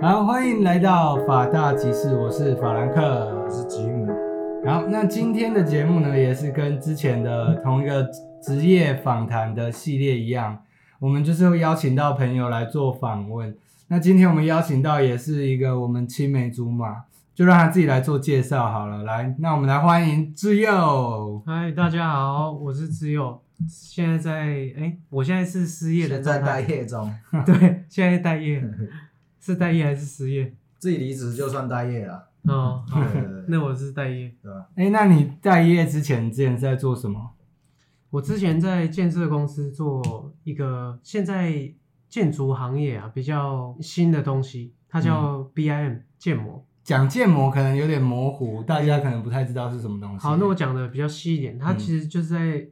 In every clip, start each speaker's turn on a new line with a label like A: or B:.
A: 好，欢迎来到法大集市，我是法兰克
B: 我。是吉姆，
A: 好，那今天的节目呢，也是跟之前的同一个职业访谈的系列一样，我们就是会邀请到朋友来做访问。那今天我们邀请到也是一个我们青梅竹马，就让他自己来做介绍好了。来，那我们来欢迎志佑。
C: 嗨，大家好，我是自由，现在在哎、我现在是失业的
B: 现在
C: 状
B: 待
C: 态，
B: 业中，
C: 对，现在待 业，是待业还是失业？
B: 自己离职就算待业了。
C: 哦，
B: 对
C: 好，
B: 对对对
C: 那我是待业。
B: 对吧？
A: 哎，那你待业之前，之前是在做什么？
C: 我之前在建设公司做一个，现在建筑行业啊比较新的东西，它叫 BIM 嗯建模。
A: 讲建模可能有点模糊，大家可能不太知道是什么东西。
C: 好，那我讲的比较细一点，它
A: 嗯
C: 其实就是在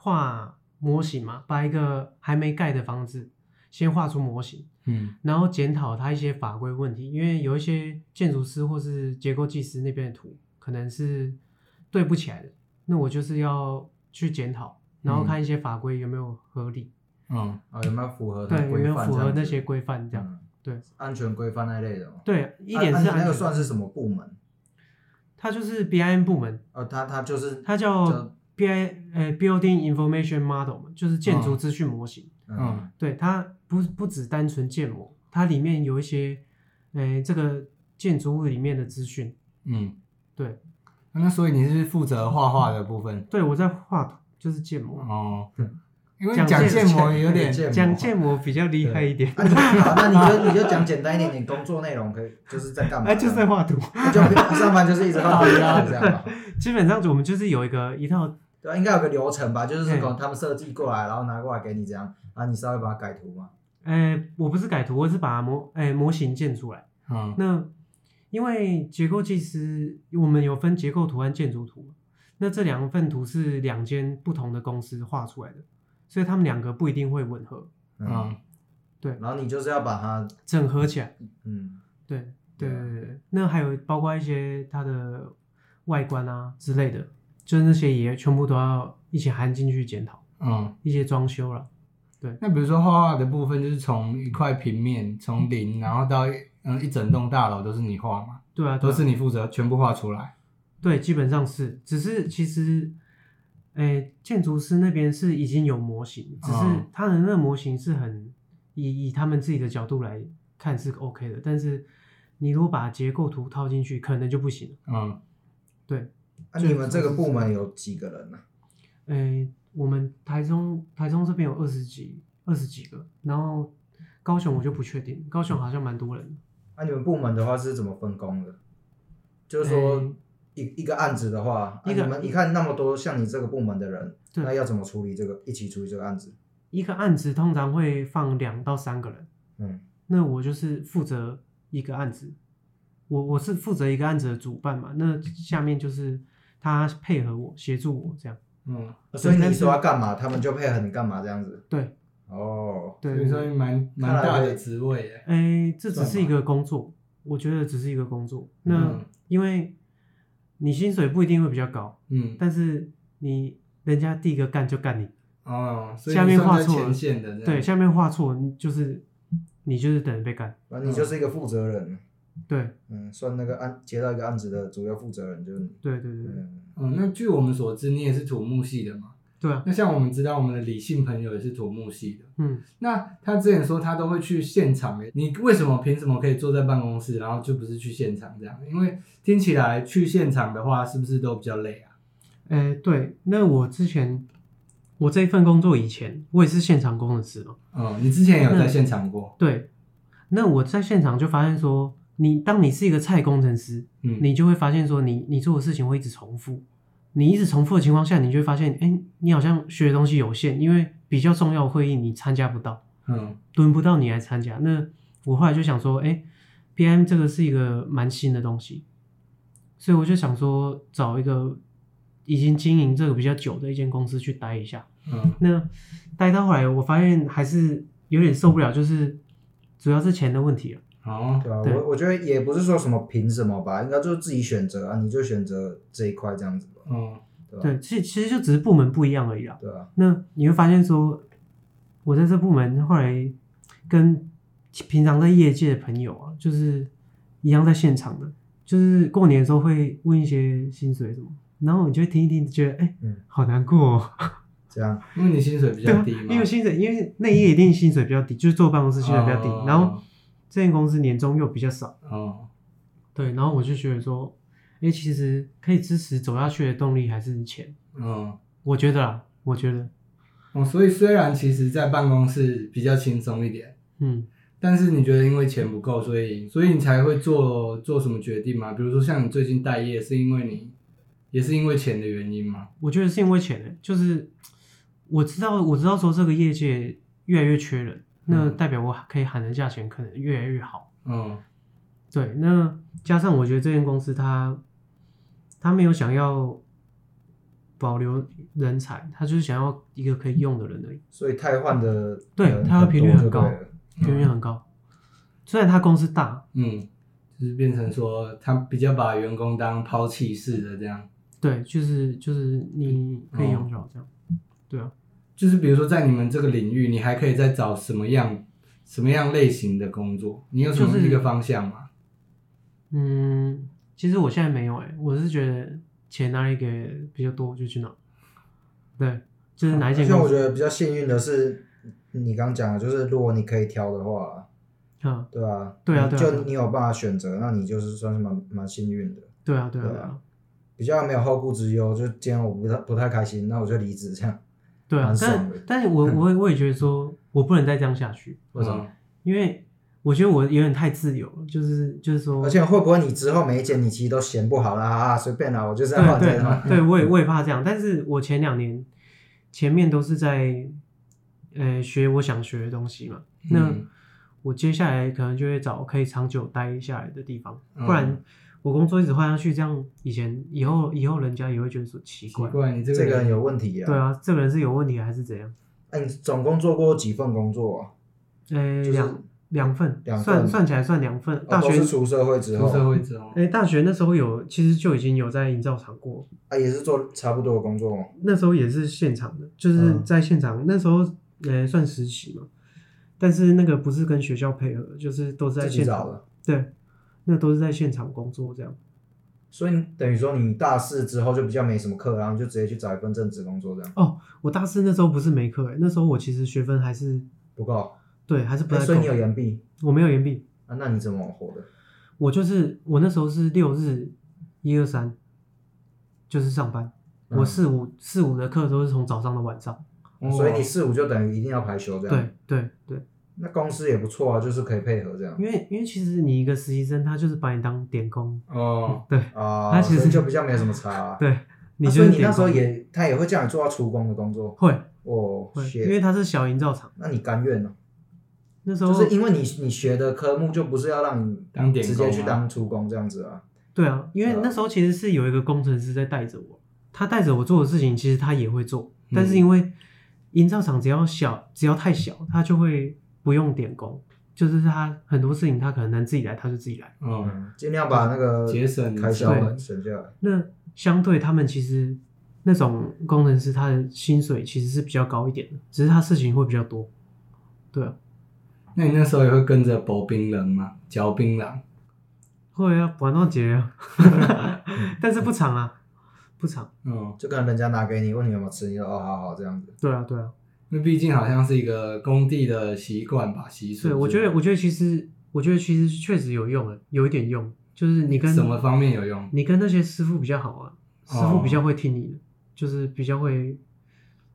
C: 画模型嘛，把一个还没盖的房子先画出模型。
A: 嗯
C: 然后检讨它一些法规问题，因为有一些建筑师或是结构技师那边的图可能是对不起来的，那我就是要去检讨，然
B: 嗯
C: 后看一些法规有没有合理，
A: 嗯，
B: 哦，有没有符合它
C: 对，有没
B: 规
C: 有
B: 范
C: 符
B: 这样
C: 合
B: 子？
C: 那些规范这样。
B: 嗯
C: 对
B: 安全规范那类的哦。
C: 对，一
B: 啊
C: 点是
B: 啊你那
C: 安
B: 个
C: 全，
B: 算是什么部门？
C: 它就是 BIM 部门，
B: 哦，它它就是
C: 它
B: 叫
C: 叫 BI 呃 Building Information Model 嘛，就是建
B: 哦
C: 筑资讯模型。
B: 嗯
C: 对，它不不只单纯建模，它里面有一些，呃，这个建筑物里面的资讯。
A: 嗯，
C: 对，
A: 那所以你是负责画画的部分
C: 对我在画图，就是建模。
A: 哦，因为
C: 讲
A: 讲建
C: 建
A: 模有点
B: 建模
C: 嗯讲建模比较厉害一点，
B: 啊你 好，那你就你就讲简单一点，你工作内容可以就是在 干嘛？
C: 哎，就是在画图。
B: 就 上班就是一直画图这样 吧。
C: 基本上我们就是有一个一套，
B: 对啊，应该有个流程吧，就是
C: 嗯
B: 可能他们设计过来，然后拿过来给你这样，啊，你稍微把它改图嘛。
C: 呃，我不是改图，我是把模，哎、模型建出来。
A: 嗯
C: 那因为结构技师，我们有分结构图和建筑图嘛，那这两份图是两间不同的公司画出来的，所以他们两个不一定会吻合，
B: 嗯，
C: 哦
A: 嗯
B: 然后你就是要把它，
C: 整合起来。
B: 嗯，
A: 啊
C: 对对对对对，那还有包括一些它的外观啊之类的，就是那些也全部都要一起含进去检讨，
A: 嗯。
C: 一些装修了。
A: 那比如说画画的部分，就是从一块平面，从零，然后到嗯一整栋大楼都是你画嘛，
C: 对啊，
A: 都
C: 对啊
A: 是你负责全部画出来。
C: 对，基本上是，只是其实，诶、建筑师那边是已经有模型，只是
A: 嗯
C: 他的那个模型是很以以他们自己的角度来看是 OK 的，但是你如果把结构图套进去，可能就不行了。
A: 嗯，
C: 对，
B: 那、啊你们这个部门有几个人呢、啊
C: 诶、我们台中台中这边有二十几二十几个，然后高雄我就不确定，高雄好像蛮多人的。
B: 那、啊你们部门的话是怎么分工的？就是说
C: 嗯
B: 一、一个案子的话，
C: 一个
B: 啊、你们你看那么多像你这个部门的人，
C: 对
B: 那要怎么处理这个一起处理这个案子？
C: 一个案子通常会放两到三个人，
B: 嗯，
C: 那我就是负责一个案子，我我是负责一个案子的主办嘛，那下面就是他配合我协助我这样，
A: 嗯，
B: 所以
C: 但
B: 你
C: 呃是
B: 说要干嘛，他们就配合你干嘛这样子。
C: 对
B: 哦，
A: 所
C: 对，
A: 以说蛮蛮大的职位耶。
C: 哎，这只是一个工作，我觉得只是一个工作，那
A: 嗯
C: 因为你薪水不一定会比较高，
A: 嗯，
C: 但是你人家第一个干就干你，
A: 哦，所以
C: 下面
A: 你算
C: 画
A: 在
C: 错
A: 前
C: 了
A: 线的这样，
C: 对，下面画错你就是你就是等着被干，
B: 那你就是一个负责人，
C: 对
B: 嗯，算那个案接到一个案子的主要负责人就是你，
C: 对对对对，
B: 嗯，
A: 嗯，那据我们所知，你也是土木系的嘛？
C: 对啊，
A: 那像我们知道，我们的理性朋友也是土木系的。
C: 嗯。
A: 那他之前说他都会去现场诶，你为什么凭什么可以坐在办公室，然后就不是去现场这样？因为听起来去现场的话，是不是都比较累啊？
C: 诶，对，那我之前我这一份工作以前，我也是现场工程师嘛。
A: 嗯，你之前有在现场过？
C: 对，那我在现场就发现说，你当你是一个菜工程师，
A: 嗯，
C: 你就会发现说你，你做的事情会一直重复。你一直重复的情况下，你就会发现，哎，你好像学的东西有限，因为比较重要的会议你参加不到，
A: 嗯
C: 轮不到你来参加。那我后来就想说，哎，BM 这个是一个蛮新的东西，所以我就想说找一个已经经营这个比较久的一间公司去待一下。
A: 嗯
C: 那待到后来，我发现还是有点受不了，就是主要是钱的问题了。
A: 哦
B: 对吧、啊
C: 对
B: 我我觉得也不是说什么凭什么吧，应该就是自己选择啊，你就选择这一块这样子吧，
A: 嗯
B: 对吧？
C: 对，其实其实就只是部门不一样而已啦。
B: 对啊，
C: 那你会发现说，我在这部门后来跟平常在业界的朋友啊，就是一样在现场的，就是过年的时候会问一些薪水什么，然后你就会听一听，觉得哎、
B: 嗯
C: 好难过、哦，
B: 这样
A: 因为你薪水比较低嘛，
C: 因为薪水因为内业一定薪水比较低，就是坐办公室薪水比较低，
A: 哦
C: 然后这间公司年终又比较少，
A: 哦，
C: 对，然后我就觉得说，哎、其实可以支持走下去的动力还是钱，
A: 嗯。
C: 我觉得啦，我觉得，
A: 哦，所以虽然其实，在办公室比较轻松一点，
C: 嗯，
A: 但是你觉得因为钱不够，所以所以你才会做做什么决定吗？比如说像你最近待业，是因为你也是因为钱的原因吗？
C: 我觉得是因为钱的，就是我知道我知道说这个业界越来越缺人，那
A: 嗯
C: 代表我可以喊的价钱可能越来越好。
A: 嗯
C: 对，那加上我觉得这间公司它它没有想要保留人才，它就是想要一个可以用的人而已，
B: 所以汰换的
C: 对
B: 人
C: 汰换频率
B: 多
C: 很
B: 就
C: 高
B: 对了
C: 频率很高。虽然它公司大，
A: 嗯，就是变成说他比较把员工当抛弃式的这样，
C: 对，就是就是你可以用就好这样。对啊，
A: 就是比如说在你们这个领域，你还可以再找什么样什么样类型的工作？你有什么
C: 就是
A: 一个方向吗？
C: 嗯，其实我现在没有哎、我是觉得钱哪里给比较多就去哪，对，就是哪一间
B: 像
C: 公
B: 我
C: 司，
B: 觉得比较幸运的是，你刚讲的就是如果你可以挑的话，
C: 嗯，
B: 对吧？
C: 对啊
B: 你
C: 对啊对
B: 就
C: 啊
B: 你有办法选择，那你就是算是蛮蛮幸运的，
C: 对啊，对啊，
B: 对
C: 对啊
B: 啊，比较没有后顾之忧。就今天我不太不太开心，那我就离职这样。
C: 对啊
B: 蛮，
C: 但
B: 爽的
C: 但是 我我也我也觉得说，我不能再这样下去，
B: 为什么？
C: 因为我觉得我有点太自由了，就是就是说，
B: 而且会不会你之后每一间你其实都嫌不好啦啊，随便啦，我就是要
C: 对
B: 换这
C: 对
B: 种。
C: 对，我也我也怕这样，但是我前两年前面都是在呃学我想学的东西嘛，那。
A: 嗯
C: 我接下来可能就会找可以长久待下来的地方，
A: 嗯
C: 不然我工作一直换下去，这样以前以后以后人家也会觉得说奇
A: 奇
C: 怪，
A: 怪，你这个
B: 这个
A: 人
B: 人有问题啊！
C: 对，啊，这个人是有问题还是怎样？
B: 哎，你总共做过几份工作啊？
C: 呃，
B: 就是
C: 两两份，
B: 两份
C: 算算起来算两份。大
B: 哦都
C: 学
B: 是出社会之
A: 出
B: 后，
A: 社会之后，
C: 哎，大学那时候有其实就已经有在营造厂过，
B: 啊，也是做差不多的工作吗。
C: 那时候也是现场的，就是
B: 嗯
C: 在现场、那时候呃算实习嘛，但是那个不是跟学校配合，就是都是在
B: 自己
C: 现
B: 找
C: 场
B: 的，
C: 对，那都是在现场工作这样。
B: 所以你等于说你大四之后就比较没什么课，然后你就直接去找一份正职工作，这样
C: 我大四那时候不是没课、欸，那时候我其实学分还是
B: 不够。
C: 对，还是不太
B: 哎
C: 够。
B: 所以你有延毕
C: 我没有延毕，
B: 啊？那你怎么活的？
C: 我就是我那时候是六日一二三，就是上班。
B: 嗯
C: 我四五四五的课都是从早上到晚上。
A: 哦
B: 所以你四五就等于一定要排休这样。，
C: 对对对，
B: 那公司也不错啊，就是可以配合这样
C: 因为因为其实你一个实习生，他就是把你当点工，
A: 哦，
C: 对
B: 啊，
C: 他其实
B: 所以就比较没什么差啊。
C: 对， 你
B: 啊
C: 就
B: 所以
C: 是
B: 你
C: 点工。
B: 那时候也他也会叫你做到出工的工作，
C: 会
B: 哦，
C: 会，因为
B: 学，
C: 他是小营造厂，
B: 那你甘愿呢？
C: 那时候
B: 就是因为你你学的科目就不是要让你
A: 当点
B: 直
A: 工
B: 接去
A: 啊
B: 当出工这样子啊，
C: 对啊，因为
B: 对啊
C: 那时候其实是有一个工程师在带着我，他带着我做的事情，其实他也会做，
A: 嗯
C: 但是因为营造厂只要小，只要太小，他就会不用点工，就是他很多事情他可能能自己来，他就自己来。
A: 嗯，
B: 嗯，尽量把那个
A: 节省
B: 开销
C: 对
B: 省下来。
C: 那相对他们其实那种工程师，他的薪水其实是比较高一点的，只是他事情会比较多。对啊，
A: 那你那时候也会跟着薄冰人吗？嚼槟榔，
C: 会啊，玩到结 啊，但是不长啊，不长。
A: 嗯，
B: 就可能人家拿给你，问你有没有吃，你说哦好好这样子。
C: 对啊，对啊。
A: 那毕竟好像是一个工地的习惯吧，习俗。
C: 对，我觉得，我觉得其实，我觉得其实确实有用啊，有一点用，就是你跟
A: 什么方面哦有用？
C: 你跟那些师傅比较好啊，师傅比较会听你的，就是比较会，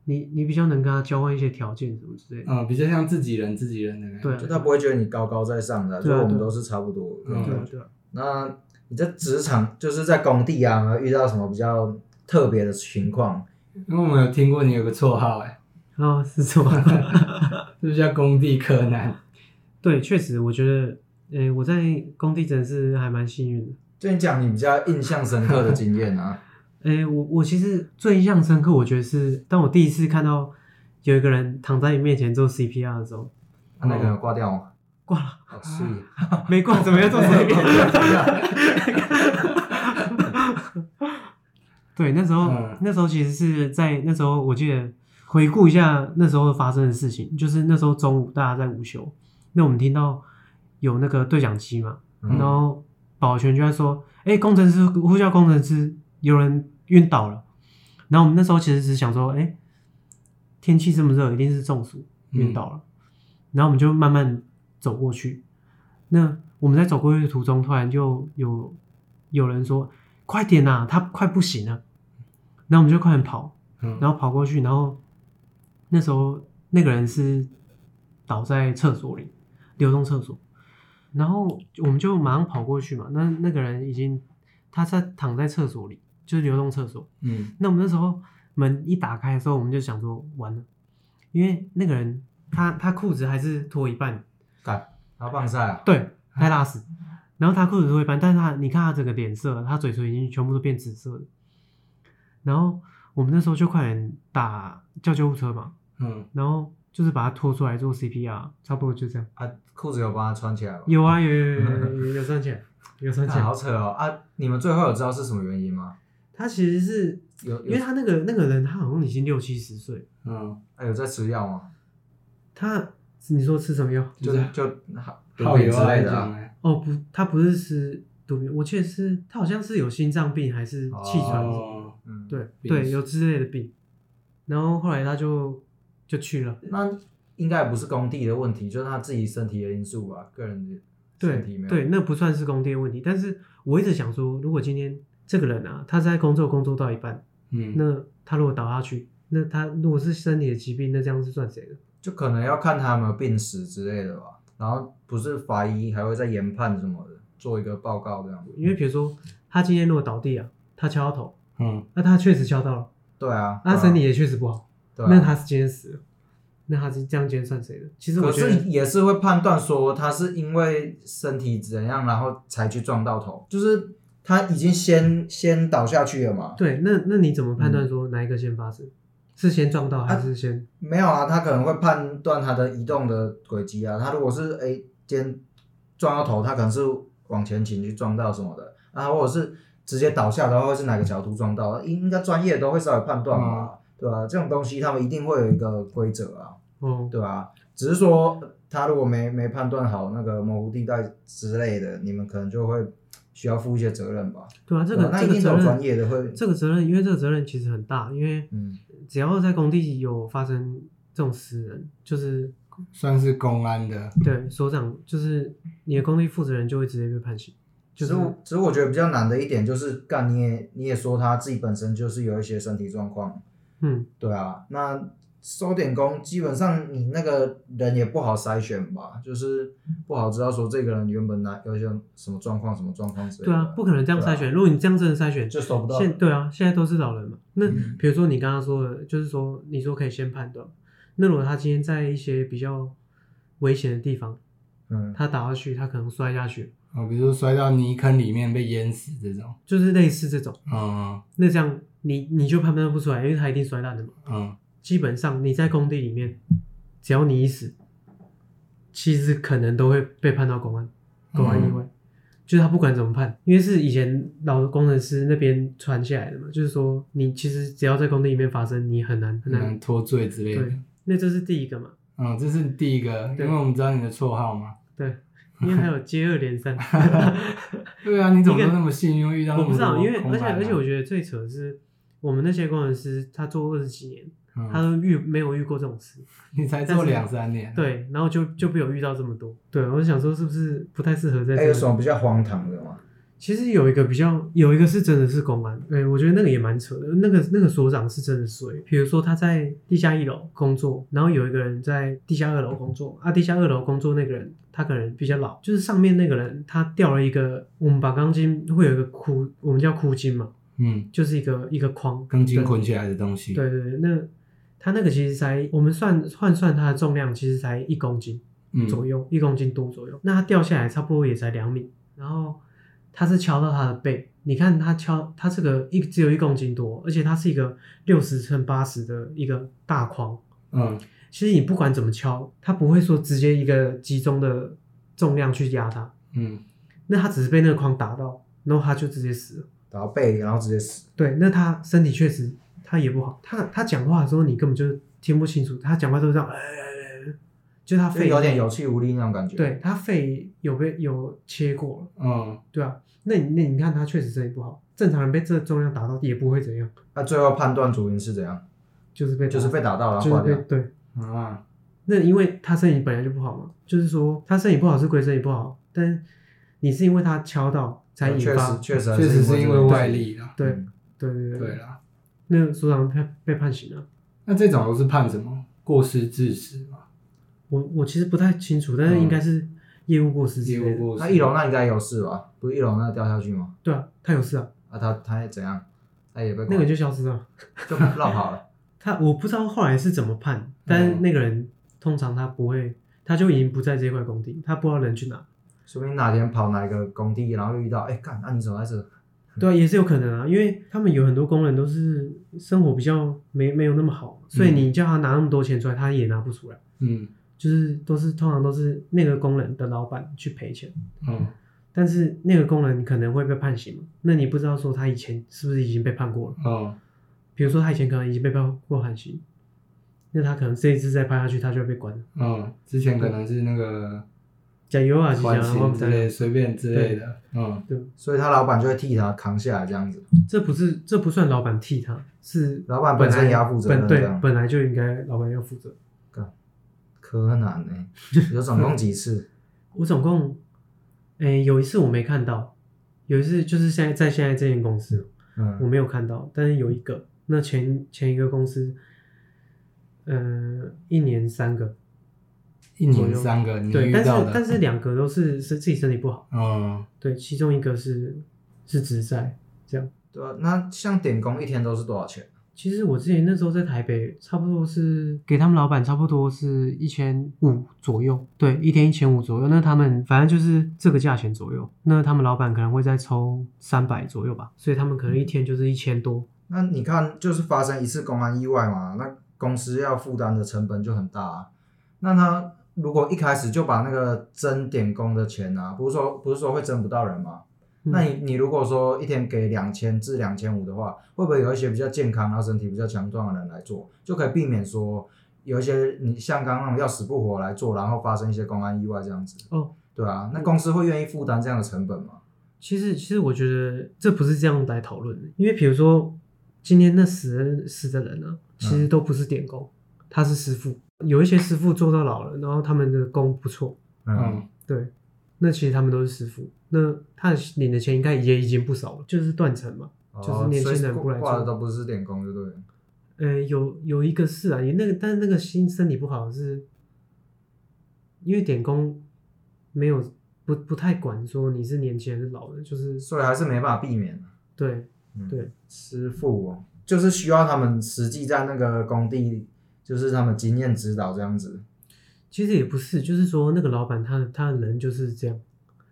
C: 你你比较能跟他交换一些条件什么之类的。
A: 嗯，比较像自己人自己人的感觉。
C: 对啊
B: 就他不会觉得你高高在上的啊，就
C: 对啊
B: 我们
C: 对啊
B: 都是差不多的。
A: 嗯
C: 对啊，对啊，
B: 那你在职场，就是在工地啊，有没有遇到什么比较特别的情况？
A: 因为我们有听过你有个绰号、哎，
C: 然后哦是什么？
A: 就是叫工地柯南。
C: 对，确实，我觉得，诶、我在工地真的是还蛮幸运的。
B: 就你讲你比较印象深刻的经验 啊，
C: 诶、我我其实最印象深刻，我觉得是当我第一次看到有一个人躺在你面前做 CPR 的时候，
B: 啊那个
C: 哦
B: 人有挂掉吗？
C: 挂了，
B: 哦，是，
C: 没挂，怎么样做 CPR？对，那时候、
A: 嗯
C: 那时候其实是在那时候，我记得回顾一下那时候发生的事情，就是那时候中午大家在午休，那我们听到有那个对讲机嘛，
B: 嗯
C: 然后保全就在说，哎、工程师呼叫工程师，有人晕倒了。然后我们那时候其实只想说，哎、天气这么热，一定是中暑晕倒了。然后我们就慢慢走过去。那我们在走过去的途中，突然就有有人说：“快点啊，他快不行了。”然后我们就快点跑，
A: 嗯
C: 然后跑过去，然后那时候那个人是倒在厕所里，流动厕所，然后我们就马上跑过去嘛。那那个人已经他在躺在厕所里，就是流动厕所。
A: 嗯
C: 那我们那时候门一打开的时候，我们就想说完了，因为那个人他他裤子还是脱一半，
B: 干，他棒晒啊，
C: 对，他拉屎，然后他裤子脱一半，但是他你看他整个脸色，他嘴唇已经全部都变紫色了。然后我们那时候就快点打叫救护车嘛，
A: 嗯
C: 然后就是把他拖出来做 CPR，差不多就这样。
B: 啊，裤子有帮他穿起来吗？
C: 有啊，有有有有有有赚钱，有赚
B: 干
C: 钱
B: 好。扯哦啊！你们最后有知道是什么原因吗？
C: 他其实是
B: 有
C: 因为
B: 有
C: 他那个那个人，他好像已经六七十岁，
A: 嗯，
B: 啊有在吃药吗？
C: 他你说吃什么药？
B: 就
A: 就是
B: 就好
A: 好
B: 品
A: 友
B: 之
A: 来
B: 类的
A: 讲
B: 啊。
A: 欸，
C: 哦不，他不是吃毒品，我记得是他好像是有心脏病还是气喘，
A: 哦，
B: 嗯，。
C: 对
A: 病
C: 对，有之类的病。然后后来他就就去了，
B: 那应该不是工地的问题，就是他自己身体的因素吧，个人的身体
C: 对
B: 没有。
C: 对，，那不算是宫殿问题。但是我一直想说，如果今天这个人啊，他在工作工作到一半，
A: 嗯，
C: 那他如果倒下去，那他如果是身体的疾病，那这样是算谁的？
B: 就可能要看他有没有病史之类的吧。然后不是法医还会再研判什么的，做一个报告这样。
C: 因为比如说他今天如果倒地啊，他敲到头，
A: 嗯
C: 那他确实敲到了，
B: 对啊，
C: 那他
B: 对啊
C: 身体也确实不好，
B: 对啊
C: 那他是今天死了，那他是这样今天算谁的？其实我
B: 可
C: 觉
B: 是
C: 得
B: 也是会判断说他是因为身体怎样，然后才去撞到头，就是他已经先先倒下去了嘛。
C: 对，那那你怎么
B: 嗯
C: 判断说哪一个先发生？是先撞
B: 啊
C: 到还是先？
B: 没有啊，他可能会判断他的移动的轨迹啊。他如果是哎，先撞到头，他可能是往前倾去撞到什么的啊，或者是直接倒下的话，会是哪个角度撞到？应应该专业都会稍微判断
C: 嗯
B: 嘛，对吧、这种东西他们一定会有一个规则啊，
C: 哦，
B: 对吧、只是说呃他如果没没判断好那个模糊地带之类的，你们可能就会需要负一些责任吧。
C: 对啊，这
B: 对
C: 个
B: 啊那
C: 这
B: 一
C: 个
B: 定都
C: 责
B: 有
C: 任
B: 专业的会，
C: 这个责任，因为这个责任其实很大，因为
B: 嗯，
C: 只要在工地有发生这种死人，就是
A: 算是公安的，
C: 对所长，就是你的工地负责人就会直接被判刑，
B: 只
C: 就是是
B: 我，只是我觉得比较难的一点就是，干你也你也说他自己本身就是有一些身体状况，
C: 嗯，
B: 对啊，那收点工基本上你那个人也不好筛选吧，就是不好知道说这个人原本哪有一些什么状况什么状况之类的，
C: 对啊，不可能这样筛选。如果你这样真的筛选，
B: 就收不到，
C: 现对啊，现在都是老人嘛。那
B: 嗯
C: 比如说你刚刚说的，就是说你说可以先判断，那如果他今天在一些比较危险的地方，
B: 嗯，
C: 他倒下去，他可能摔下去，
A: 哦，比如说摔到泥坑里面被淹死这种，
C: 就是类似这种，
A: 嗯
C: 那这样你你就判断不出来，因为他一定摔烂的嘛。
A: 嗯
C: 基本上你在工地里面，只要你一死，其实可能都会被判到公安，公
A: 嗯
C: 安意外。就是他不管怎么判，因为是以前老的工程师那边传下来的嘛，就是说你其实只要在工地里面发生，你很难很
A: 可
C: 难。
A: 能脱罪之类的
C: 对，，那这是第一个嘛，
A: 嗯，这是第一个，因
C: 对
A: 为我们知道你的绰号嘛，
C: 对，因为还有接二连三。
A: 对啊，你怎么
C: 一
A: 都
C: 个
A: 那么幸运会遇到
C: 我
A: 那
C: 不
A: 么
C: 知
A: 多
C: 道，因为
A: 空
C: 而且
A: 白
C: 而且
A: 呢
C: 我觉得最扯的是，我们那些工程师他做二十几年，
A: 嗯
C: 他都遇没有遇过这种事。
A: 你才
C: 但
A: 做
C: 是
A: 两三
B: 嗯
A: 年，，
C: 对，然后就就被我遇到这么多。对，我就想说是不是不太适合在
B: 还、
C: 这
B: 哎有
C: 个
B: 什么比较荒唐的吗？
C: 其实有一个比较，有一个是真的是公安，哎、我觉得那个也蛮扯的。那个那个所长是真的衰，比如说他在地下一楼工作，然后有一个人在地下二楼工作，啊，地下二楼工作那个人他可能比较老，就是上面那个人他掉了一个，我们把钢筋会有一个箍，我们叫箍筋嘛，
A: 嗯，
C: 就是一个一个框，
A: 钢筋捆起来的东西，
C: 对对对，那他那个其实才我们算换算它的重量其实才一公斤，
A: 嗯，
C: 左右，一公斤多左右。那它掉下来差不多也才两米，然后它是敲到它的背。你看它敲，它这个一只有一公斤多，而且它是一个六十乘八十的一个大框。
A: 嗯
C: 其实你不管怎么敲，它不会说直接一个集中的重量去压它，
A: 嗯
C: 那它只是被那个框打到，然后它就直接死了。
B: 然后背，然后直接死，
C: 对，那他身体确实他也不好，他他讲话的时候你根本就听不清楚，他讲话都这样，哎哎哎哎，就是它
B: 就
C: 肺
B: 有点有气无力那种感觉。，
C: 对它肺有被有切过了，
A: 嗯，
C: 对啊，那你那你看它确实身体不好，正常人被这重量打到也不会怎样，
B: 那、最后判断主因是怎样？
C: 就是被打
B: 就是被打到然后
C: 就
B: 挂
C: 是
B: 掉
C: 被。对，
A: 啊，
C: 那因为他身体本来就不好嘛，就是说他身体不好是归身体不好，但你是因为他敲到才引
B: 嗯确
C: 发
B: 实，，确实还
A: 确实是因为外
B: 这个原因。
A: 力啦。
C: 对
B: 嗯，
C: 对对
A: 对啦，
C: 那所长被被判刑了。
A: 那这种都是判什么？过失致死嘛，
C: 我我其实不太清楚，但是应该是业务过失之
A: 业务
C: 类的。
A: 过失。
B: 那一楼那应该有事吧？不是一楼那掉下去吗？
C: 对啊，他有事啊，
B: 啊，他他怎样？他也被
C: 那个就消失啊了。
B: 就绕跑了。
C: 他我不知道后来是怎么判，
A: 嗯
C: 但是那个人通常他不会，他就已经不在这块工地，他不知道人去哪。
B: 说不定哪天跑哪个工地，然后遇到，哎、干，那、你怎么在这？
A: 嗯
C: 对啊，也是有可能啊，因为他们有很多工人都是生活比较没没有那么好，所以你叫他拿那么多钱出来，他也拿不出来。
A: 嗯
C: 就是都是通常都是那个工人的老板去赔钱，
A: 嗯
C: 但是那个工人可能会被判刑嘛，那你不知道说他以前是不是已经被判过了，
A: 嗯
C: 比如说他以前可能已经被判过缓刑，那他可能这一次再判下去，他就要被关了。
A: 嗯，之前可能是那个
C: 加油啊，就
A: 缓
C: 讲，我
A: 刑
C: 们
A: 之
C: 再
A: 类，随便之类的。嗯
B: 所以他老板就会替他扛下来这样子。
C: 这不是这不算老板替他，是
B: 老板本身也要负责
C: 本
B: 任这
C: 对
B: 样
C: 本来就应该老板要负责。
B: 柯南呢、有啊总共几次？
C: 我总共，诶有一次我没看到，有一次就是现在在现在这间公司嘛，我
B: 嗯，
C: 没有看到，但是有一个，那前前一个公司，呃，一年三个，
A: 一年三个，你
C: 对，
A: 遇
C: 但
A: 到
C: 是
A: 的，
C: 但是两个都是是自己身体不好，
A: 嗯
C: 对，其中一个是是职灾，这样。
B: 对啊，那像点工一天都是多少钱？
C: 其实我之前那时候在台北，差不多是给他们老板差不多是一千五左右，对，一天一千五左右。那他们反正就是这个价钱左右，那他们老板可能会再抽三百左右吧，所以他们可能一天就是一千多，
B: 那你看，就是发生一次公安意外嘛，那公司要负担的成本就很大、啊。那他如果一开始就把那个征点工的钱啊，不是说不是说会征不到人吗？
C: 嗯
B: 那你你如果说一天给两千至两千五的话，会不会有一些比较健康、然后身体比较强壮的人来做，就可以避免说有一些你像刚刚那种要死不活来做，然后发生一些公安意外这样子？
C: 哦，
B: 对啊，那公司会愿意负担这样的成本吗？
C: 其实，其实我觉得这不是这样来讨论的，因为比如说今天那死的死的人呢、啊，其
B: 嗯
C: 实都不是点工，他是师傅。有一些师傅做到老了，然后他们的工不错，
A: 嗯
C: 对，那其实他们都是师傅，那他领的钱应该也已经不少了，就是断层嘛。
B: 哦
C: 就是年轻人不
B: 所
C: 来做
B: 以挂的都不是点工，就对了。
C: 呃，有有一个是啊，也那个，但是那个心身体不好是，因为点工没有不不太管说你是年轻还是老的，就是
B: 所以还是没办法避免。
C: 对
B: 嗯
C: 对，
B: 师傅哦，就是需要他们实际在那个工地，就是他们经验指导这样子。
C: 其实也不是，就是说那个老板他的他的人就是这样，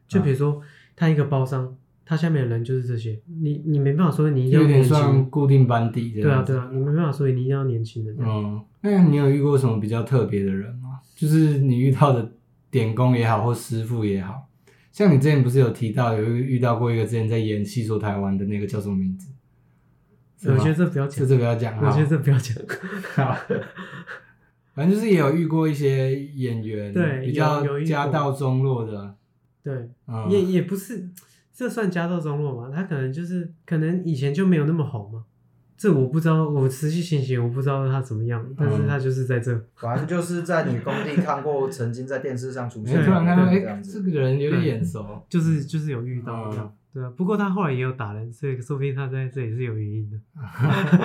C: 就比如说
A: 啊
C: 他一个包商，他下面的人就是这些，你你没办法说你一
A: 有
C: 定要
A: 点
C: 年
A: 算
C: 轻，
A: 固定班底这
C: 对啊
A: 样子。
C: 对啊，你没办法说你一定要年轻的这样。
A: 嗯，那你有遇过什么比较特别的人吗？就是你遇到的点工也好，或师傅也好，像你之前不是有提到有遇到过一个之前在演戏说台湾的那个叫什么名字？是吗
C: 我觉得这不要
A: 这
C: 讲，
A: 这不要讲
C: 我
A: 哈
C: 觉，得这不要讲。
A: 好反正就是也有遇过一些演员，
C: 对
A: 比较
C: 有有遇过
A: 家道中落的，
C: 对，
A: 嗯，
C: 也也不是，这算家道中落嘛？他可能就是可能以前就没有那么红嘛。这我不知道，我实际情形我不知道他怎么样，但
A: 嗯
C: 是他就是在这。
B: 反正就是在你工地看过，曾经在电视上出
A: 没
B: 现
A: 有
B: 的
A: 突然看到，
B: 这
A: 哎，
B: 样
A: 这
B: 子。
A: 个人有点眼熟，
C: 就是就是有遇到这样，
A: 嗯
C: 对啊。不过他后来也有打人，所以说不定他在这也是有原因的，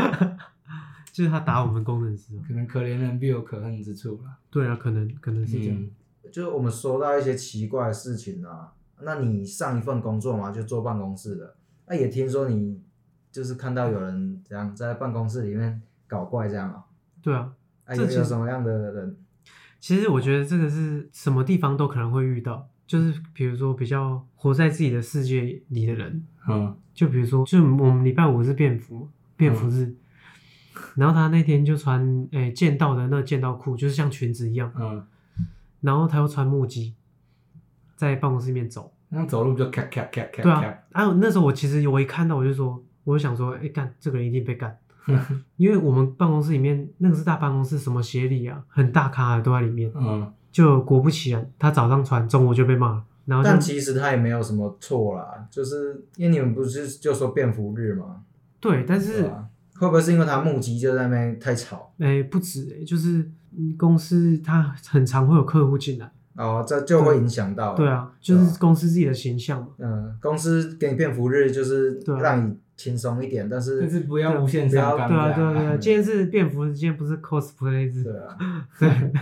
C: 就是他打我们工程师哦。
A: 可能可怜人必有可恨之处啦。
C: 对啊，可能可能是这样。
A: 嗯
B: 就是我们收到一些奇怪的事情啊。那你上一份工作嘛，就坐办公室的，那、也听说你就是看到有人怎样在办公室里面搞怪这样啊？
C: 对啊，
B: 哎、
C: 这
B: 有
C: 其
B: 有
C: 实
B: 什么样的人？
C: 其实我觉得这个是什么地方都可能会遇到，就是比如说比较活在自己的世界里的人，
A: 嗯
C: 就比如说，就我们礼拜五是便服嘛，便
B: 嗯
C: 服日，然后他那天就穿诶、剑道的那剑道裤，就是像裙子一样，
A: 嗯，
C: 然后他又穿木屐，在办公室里面走。
A: 那走路就咔咔咔咔
C: 对
A: 咔
C: 啊，，还有那时候我其实我一看到我就说，我就想说，哎、干这个人一定被 干，
B: 嗯
C: 因为我们办公室里面那个是大办公室，什么协理啊，很大咖的都在里面，
A: 嗯
C: 就果不其然，他早上传，中午就被骂了，然后
B: 但
C: 就
B: 其实他也没有什么错啦，就是因为你们不是就说便服日嘛，
C: 对，但
B: 对啊
C: 是
B: 吧？会不会是因为他目击就在那边太吵？
C: 哎、不止、哎，就是嗯公司它很常会有客户进来，
B: 哦，这就会影响到。
C: 对，啊，就是公司自己的形象嘛，
B: 嗯，公司给你便服日就是
C: 对啊
B: 让你轻松一点，但
A: 但
B: 是
A: 是不要无限上纲
C: 对啊，
A: 这
C: 对
A: 样
C: 啊，对啊，
B: 嗯
C: 今天是便服，今天不是 cosplay 日，
B: 对啊，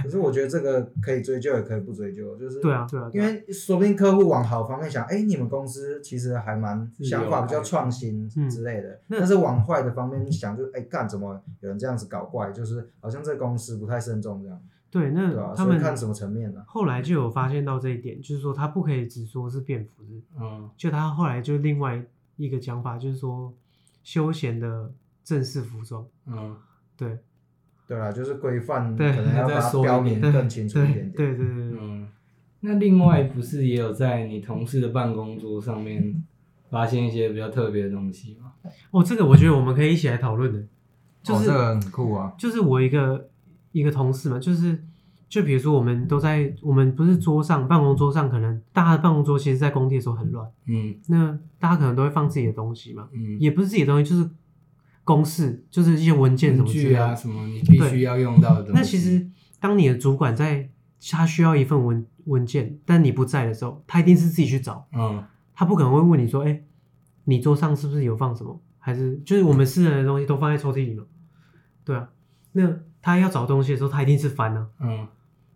B: 可是我觉得这个可以追究，也可以不追究，就是
C: 对啊，对啊，
B: 因
C: 对啊
B: 为说不定客户往好方面想，哎、你们公司其实还蛮
A: 自由
B: 想法比较
A: 开
B: 创新
C: 嗯
B: 之类的，
C: 那
B: 但是往坏的方面想就，哎干怎么有人这样子搞怪，就是好像这公司不太慎重这样，
C: 对，
B: 对吧、
C: 那嗯他
B: 所以
C: 们
B: 看什么层面呢、
C: 后来就有发现到这一点，就是说他不可以只说是便服日，
A: 嗯，
C: 就他后来就另外一个讲法，就是说休闲的正式服装，
A: 嗯，
C: 对，
B: 对啊，就是规范可
C: 对
B: 能要
A: 再
B: 把它
A: 说一
B: 标
A: 遍
B: 明
C: 对，
B: 更清楚一点点。
C: 对对对对对，
A: 嗯，那另外不是也有在你同事的办公桌上面发现一些比较特别的东西吗？
C: 哦，这个我觉得我们可以一起来讨论的，就是、
B: 哦、这个很酷啊，
C: 就是我一个一个同事嘛，就是就比如说我们都在我们不是桌上办公桌上，可能大家的办公桌其实在工地的时候很乱，
A: 嗯
C: 那大家可能都会放自己的东西嘛，
A: 嗯，
C: 也不是自己的东西，就是公事，就是一些文件什
A: 文
C: 么之类
A: 具
C: 的
A: 啊什么你必须要用到的东西。
C: 那其实当你的主管在他需要一份文文件，但你不在的时候，他一定是自己去找，
A: 嗯
C: 他不可能会问你说，哎、你桌上是不是有放什么？还是就是我们私人的东西都放在抽屉里嘛？对啊，那他要找东西的时候，他一定是翻啊，
A: 嗯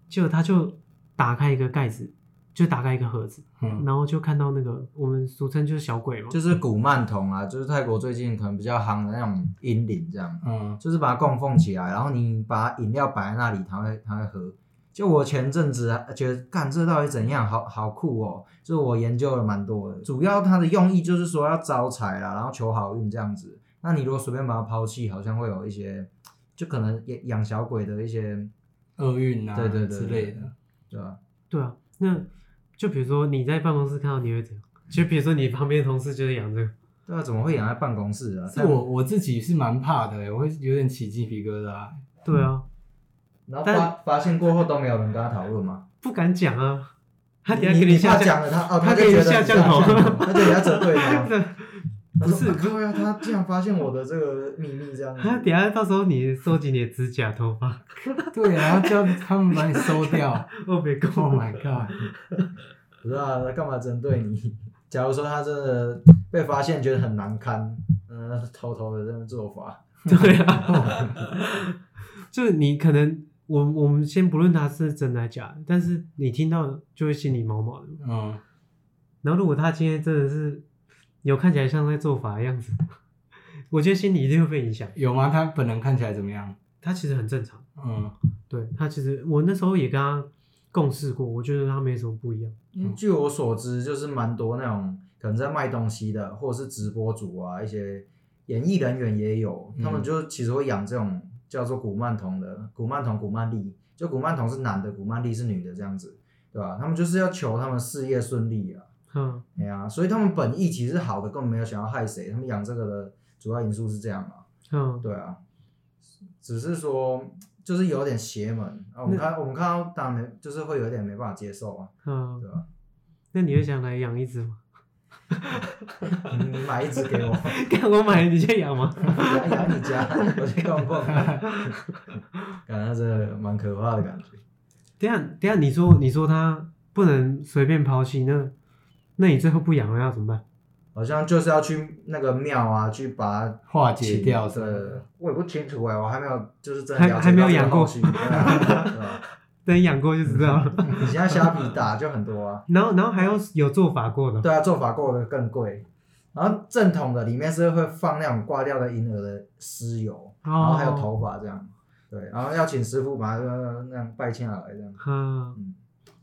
C: 结果他就打开一个盖子，就打开一个盒子，
A: 嗯
C: 然后就看到那个我们俗称就是小鬼嘛，
B: 就是古曼童啊，就是泰国最近可能比较夯的那种阴灵这样。
A: 嗯
B: 就是把它供奉起来，然后你把饮料摆在那里，它会它会喝。就我前阵子啊觉得，干这到底怎样，好好酷哦！就是我研究了蛮多的，主要它的用意就是说要招财啦，然后求好运这样子。那你如果随便把它抛弃，好像会有一些，就可能养养小鬼的一些，
A: 厄运啊
B: 对对对
A: 之类的。
B: 对吧？
C: 对啊，那就比如说你在办公室看到你会怎样？就比如说你旁边的同事就是养这个，
B: 对啊，怎么会养在办公室啊？
A: 是我我自己是蛮怕的欸，我会有点起鸡皮疙瘩 欸。
C: 对啊，
B: 然后发发现过后都没有人跟他讨论吗？
C: 不敢讲啊，他等下
B: 你
C: 给
B: 你
C: 下
B: 怕
C: 降
B: 讲了他哦，
C: 他
B: 就
C: 给你
B: 觉得
C: 下
B: 你
C: 降
B: 下
C: 头。
B: 降头他就你要责对他
C: 对
B: 他
C: 不
B: 说
C: 是
B: 啊靠呀，他竟然发现我的这个秘密这样子。
C: 他等下到时候你收集你的指甲、头发，
A: 对，然后叫他们把你收 掉。
C: 我没够
B: 哦
A: Oh my god！
B: 不知道他啊干嘛针对你？假如说他真的被发现，觉得很难堪，嗯、偷偷的这样做法，
C: 对 啊，就是你可能我我们先不论他是真的还是假的，但是你听到就会心里毛毛的。
A: 嗯，
C: 然后如果他今天真的是有看起来像在做法的样子， 我觉得心里一定会被影响。
A: 有吗？他本人看起来怎么样？
C: 他其实很正常，
A: 嗯
C: 对他其实我那时候也跟他共事过，我觉得他没什么不一样。
B: 因为嗯据我所知，就是蛮多那种可能在卖东西的，或者是直播主啊，一些演艺人员也有，
A: 嗯
B: 他们就其实会养这种叫做古曼童的，古曼童、古曼丽，就古曼童是男的，古曼丽是女的这样子，对吧？他们就是要求他们事业顺利啊，
C: 嗯，
B: 哎呀、所以他们本意其实好的，根本没有想要害谁，他们养这个的主要因素是这样啊。
C: 嗯，
B: 对啊，只是说就是有点邪门啊。我们看我们看到当然没，就是会有点没办法接受啊，
C: 嗯
B: 对，吧、
C: 那你会想来养一只吗？
B: 你买一只给我，
C: 看我买，你去养吗？
B: 来养你家，我去逛逛。感觉这个蛮可怕的感觉。
C: 等一下等一下，你说你说它不能随便抛弃，那那你最后不养了要怎么办？
B: 好像就是要去那个庙啊，去把它
A: 化解掉
B: 请
A: 是吧
B: 对，我也不清楚哎、我还没有就是真的
C: 还
B: 了解
C: 还没有
B: 到这个
C: 养过
B: 后续对啊对吧
C: 等养过就知道了。
B: 你现在虾皮打就很多啊，
C: 然后然后还有有做法过的，
B: 对啊，做法过的更贵。然后正统的里面是会放那种挂掉的银耳的尸油，
C: 然
B: 然后还有，
C: 哦
B: 头发这样，对，然后要请师傅把它那样拜下来这样，
C: 嗯
B: 嗯，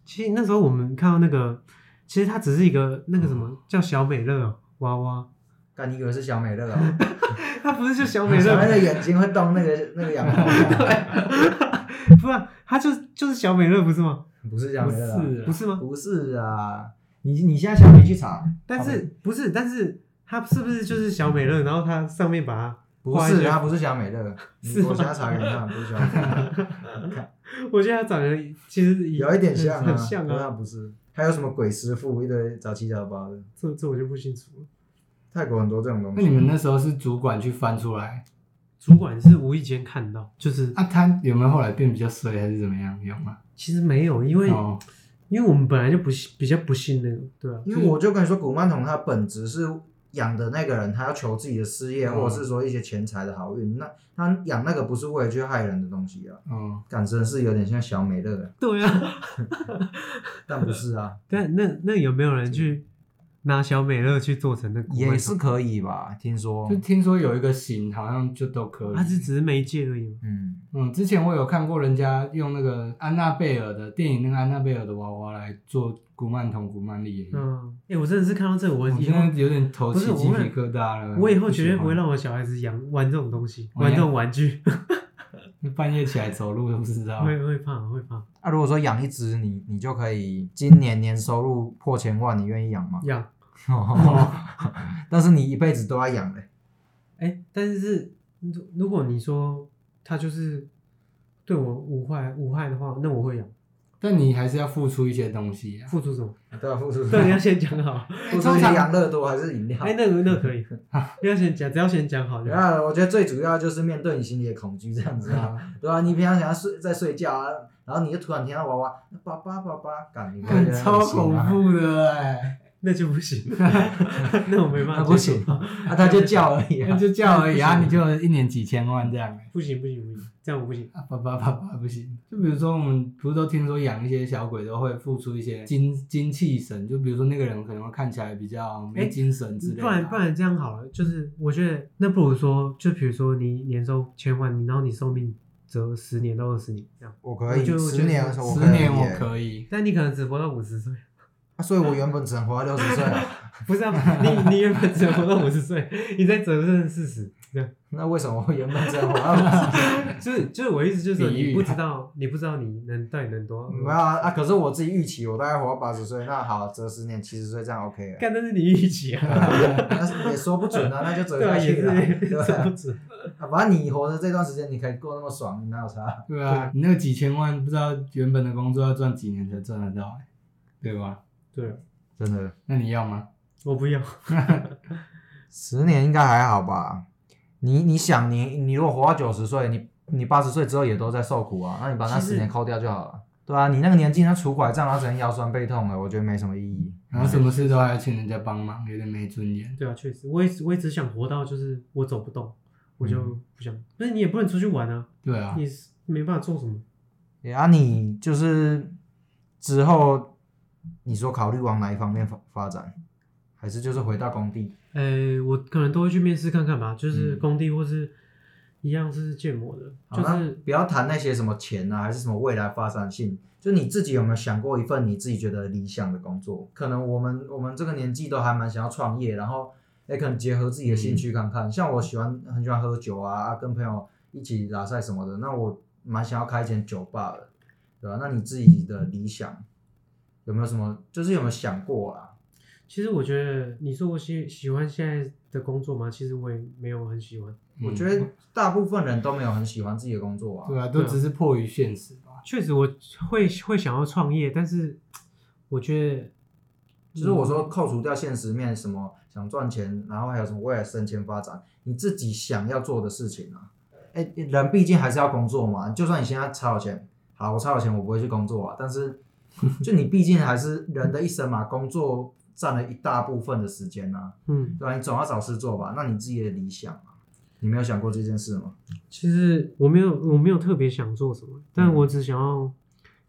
C: 其实那时候我们看到那个，其实它只是一个那个什
B: 嗯
C: 么叫小美乐哦娃娃，
B: 干你以为是小美乐啊？
C: 它不是叫 小美
B: 小美乐
C: 乐，
B: 眼睛会动那个那个洋娃
C: 不是啊，它就就是小美乐不是吗？
B: 娃，不是小
A: 不
B: 美乐啊，
A: 是啊，
C: 不是吗？
B: 不是啊，你你现在小米去查，
C: 但是不是，但是它是不是就是小美乐？然后它上面把它
B: 不
C: 画一
B: 是，
C: 些
B: 他不是小 美乐，
C: 是吗
B: 我现在查给你看，不是小美乐，
C: 我觉得他长得其实也
B: 有一点像啊，
C: 很像
B: 可是他
C: 啊，
B: 不是。还有什么鬼师傅，一堆早七早八的，
C: 这这我就不清楚了。
B: 泰国很多这种东
A: 那你
B: 西。
A: 们那时候是主管去翻出来，
C: 主管是无意间看到，就是
A: 那、他有没有后来变比较衰还是怎么样？有吗？
C: 其实没有，因为
A: 哦，
C: 因为我们本来就不信，比较不信那个，对啊，
B: 因为我就跟你说，古曼童他本质是养的那个人，他要求自己的事业，
A: 嗯
B: 或者是说一些钱财的好运。那他养那个不是为了去害人的东西啊，
A: 哦，
B: 感真的是有点像小美乐的，
C: 对啊。
B: 但不是啊，
C: 但那那有没有人去拿小美乐去做成那古曼童
B: 也是可以吧？听说
A: 就，听说有一个型好像就都可以。
C: 它是只是媒介而已嘛。
B: 嗯，
A: 嗯，之前我有看过人家用那个安娜贝尔的电影，那个安娜贝尔的娃娃来做古曼童、古曼丽也有。
C: 嗯，哎、我真的是看到这个，哦我
A: 我
C: 以
A: 现
C: 后
A: 在有点头
C: 不
A: 起
C: 是
A: 鸡
C: 我
A: 皮
C: 会
A: 疙瘩了。
C: 我以后绝对
A: 不
C: 不
A: 喜欢
C: 会
A: 哦
C: 让我小孩子养玩这种东西，
A: 我
C: 玩这
A: 也
C: 种玩具，
A: 半夜起来走路都不知道。
C: 会会怕会
A: 哦
C: 怕
B: 啊，如果说养一只你，你就可以今年年收入破千万，你愿意养 吗？
C: 养。
B: 但是你一辈子都要养嘞、
C: 哎、但是如如果你说它就是对我无害无害的话，那我会养。
A: 但你还是要付出一些东西啊。哎
C: 付出 什么？
B: 对啊，付 出
C: 对，你要先讲好。
B: 付出
A: 通
B: 你
A: 常
C: 啊
B: 养乐多还是饮料？
C: 哎、那个那个 可以，不要先讲，只要先讲好就
B: 然
C: 好。
A: 啊
B: 后啊我觉得最主要就是面对你心里的恐惧这样子啊， 对吧、你平常想要睡在睡觉啊，然后你就突然听到娃娃爸爸爸爸，感你会觉
A: 干
B: 得
A: 超
B: 很
A: 恐
B: 行啊，
A: 怖的哎、
C: 那就 不行，那我没办法
B: 那不
C: 接受
B: 行，啊他就叫而已
A: 那
B: 啊。
A: 就叫而已 啊，你就一年几千万这样、欸。
C: 不行不行不行，这样我不行。
A: 啊，爸爸爸爸不行。就比如说，我们不是都听说养一些小鬼都会付出一些精精气神，就比如说那个人可能会看起来比较没
C: 哎
A: 精神之类的
C: 不
A: 啊、
C: 然不然这样好了，就是我觉得那不如说，就比如说你年收千万，你然后你寿命折十年到二十年这样，
B: 我可以
C: 我觉得我觉
B: 十
C: 得
B: 年的时候，
A: 十年我
B: 以
A: 可以，
C: 但你可能只活到五十 岁，
B: 啊，所以我原本只能活到六十岁啊，
C: 不是啊？你你原本只能活到五十岁，你再折剩四十，这样
B: 那为什么我原本只能活到50
C: 就是就是我意思就是说
A: 比喻
B: 啊
C: 你不知道你不知道你能到底能多
B: 没有
C: 少，
B: 啊，啊可是我自己预期我大概活到八十岁，那好，折十年七十岁这样 OK 了。
C: 干但是你预期啊，
B: 但是也说不准啊，那就折
C: 对啊
B: 下
C: 也
B: 去
C: 是
B: 了， 对
C: 这
B: 吧
C: 不？准，
B: 啊反正你活的这段时间，你可以过那么爽，哪有差？
A: 对啊，你那个几千万，不知道原本的工作要赚几年才赚得到、欸，对吧？
C: 对，啊
B: 真 的，
A: 那你要吗？
C: 我不要，
B: 十年应该还好吧？你你想你你如果活到九十岁，你你八十岁之后也都在受苦啊，那你把那
C: 其实
B: 十年扣掉就好了。对啊，你那个年纪，那拄拐杖，然后整天腰酸背痛的，我觉得没什么意义。
A: 然后什么事都还要请人家帮忙，有点没尊严。
C: 对啊，确实，我也我也只想活到就是我走不动，我就不想，不是你也不能出去玩啊，
A: 对啊，
C: 你是没办法做什么。
B: 对啊，你就是之后你说考虑往哪一方面发发展，还是就是回到工地？
C: 呃，我可能都会去面试看看吧，就是
B: 嗯
C: 工地或是一样是建模的，
B: 好
C: 就
B: 那
C: 是
B: 不要谈那些什么钱啊，还是什么未来发展性。就你自己有没有想过一份你自己觉得理想的工作？可能我们我们这个年纪都还蛮想要创业，然后也可能结合自己的兴
C: 嗯
B: 趣看看。像我喜欢很喜欢喝酒啊，啊跟朋友一起拉赛什么的，那我蛮想要开一间酒吧的，对吧、那你自己的理想有没有什么？就是有没有想过啊啦？
C: 其实我觉得你说我喜喜欢现在的工作吗？其实我也没有很喜欢，
B: 我
A: 嗯
B: 觉得大部分人都没有很喜欢自己的工作啊。
A: 对啊，都
C: 对啊
A: 只是迫于现实吧。
C: 确实我会会想要创业，但是我觉得
B: 就是
C: 嗯
B: 我说扣除掉现实面，什么想赚钱，然后还有什么未来升迁发展，你自己想要做的事情啊。哎、人毕竟还是要工作嘛。就算你现在超有钱，好，我超有钱，我不会去工作啊。但 是，就你毕竟还是人的一生嘛，工作占了一大部分的时间啊，
C: 嗯，
B: 对吧、你总要找事做吧？那你自己的理想啊，你没有想过这件事吗？
C: 其实我没有我没有特别想做什么，但
B: 嗯
C: 我只想要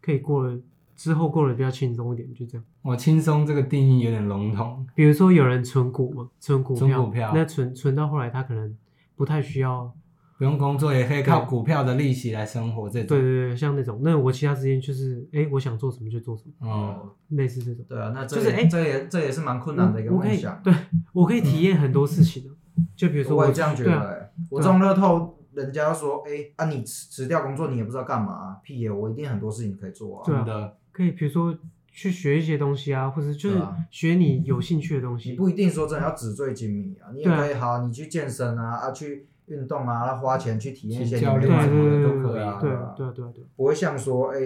C: 可以过得之后过得比较轻松一点，就这样。
A: 我轻松这个定义有点笼统，
C: 比如说有人存股嘛，存股
A: 存
C: 票，
A: 股票
C: 那存存到后来他可能不太需要
A: 不用工作也可以靠
C: 对
A: 股票的利息来生活这种。
C: 对对对，像那种，那我其他时间就是，哎，我想做什么就做什么，
A: 哦，
C: 类似这种。
B: 对啊，那这
C: 就是
B: 也
C: 哎
B: 这也这也是蛮困难的一个
C: 我我可
B: 梦
C: 以
B: 想。
C: 对我可以体验很多事情的，就比如说
B: 我也
C: 我
B: 这样觉得、
C: 对
B: 欸
C: 啊
B: 我中乐透，人家说，哎、啊，你辞辞掉工作，你也不知道干嘛、啊屁耶、我一定很多事情可以做啊。
C: 对啊
A: 真的，
C: 可以，比如说去学一些东西啊，或者就是
B: 对啊
C: 学你有兴趣的东
B: 你
C: 西。
B: 不一定说真的要纸醉金迷啊，你也可以好，你去健身啊，啊，去运动啊，那花钱去体验一些
A: 请教
B: 运
A: 练
B: 动什么
C: 对
B: 的
C: 对
B: 都可以啊，
C: 对
B: 对啊
C: 对对对，
B: 不会像说哎、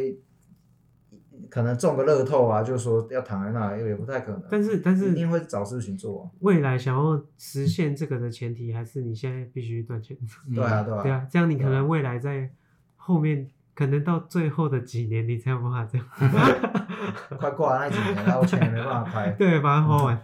B: 可能中个乐透啊，就说要躺在那，也不太可能。
C: 但是但
B: 一
C: 是
B: 定会找事情做啊、
C: 未来想要实现这个的前提，还是你现在必须赚钱。
A: 嗯
B: 对啊，对
C: 对
B: 啊，
C: 啊，这样你可能未来在后面，可能到最后的几年，你才有办法这样。。
B: 快过完那几年，然后钱也没办法开
C: 对，把它花完，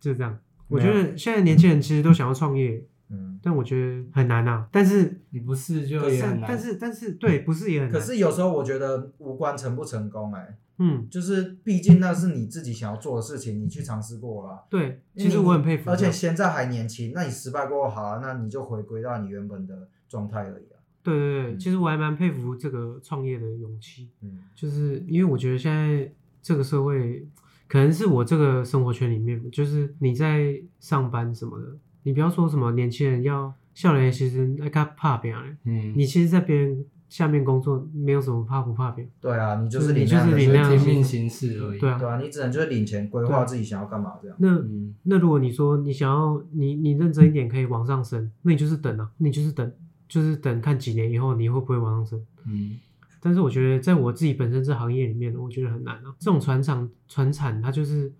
C: 就这样。我觉得现在年轻人其实都想要创业，
B: 嗯，
C: 但我觉得很难啊。但是，
A: 你不是就
C: 可
A: 也
C: 是
A: 很难。
C: 但是，但是，对，不是也很难。
B: 可，是有时候我觉得无关成不成功、哎，
C: 嗯，
B: 就是毕竟那是你自己想要做的事情，你去尝试过了啊、
C: 对，其实我很佩服这啊
B: 而且
C: 样。
B: 现在还年轻，那你失败过后好啊，那你就回归到你原本的状态而已啊。
C: 对对对，
B: 嗯
C: 其实我还蛮佩服这个创业的勇气，
B: 嗯
C: 就是因为我觉得现在这个社会，可能是我这个生活圈里面，就是你在上班什么的，你不要说什么年轻人要笑脸，其实那他怕别人，
A: 嗯，
C: 你其实，在别人下面工作，没有什么怕不怕别人。
B: 对啊，你就
C: 就
B: 是
C: 是你
B: 领
C: 就
B: 那样
C: 是
B: 的
C: 领
B: 钱
C: 那样的
A: 听
C: 钱
A: 命行事而已。
C: 对啊，啊
B: 对啊，你只能就是领钱，规划自己想要干嘛这样。
C: 那
A: 嗯，
C: 那如果你说你想要你你认真一点可以往上升，那你就是等啊，你就是等，就是等看几年以后你会不会往上升。
A: 嗯
C: 但是我觉得在我自己本身这行业里面，我觉得很难啊。这种船厂船产，它就是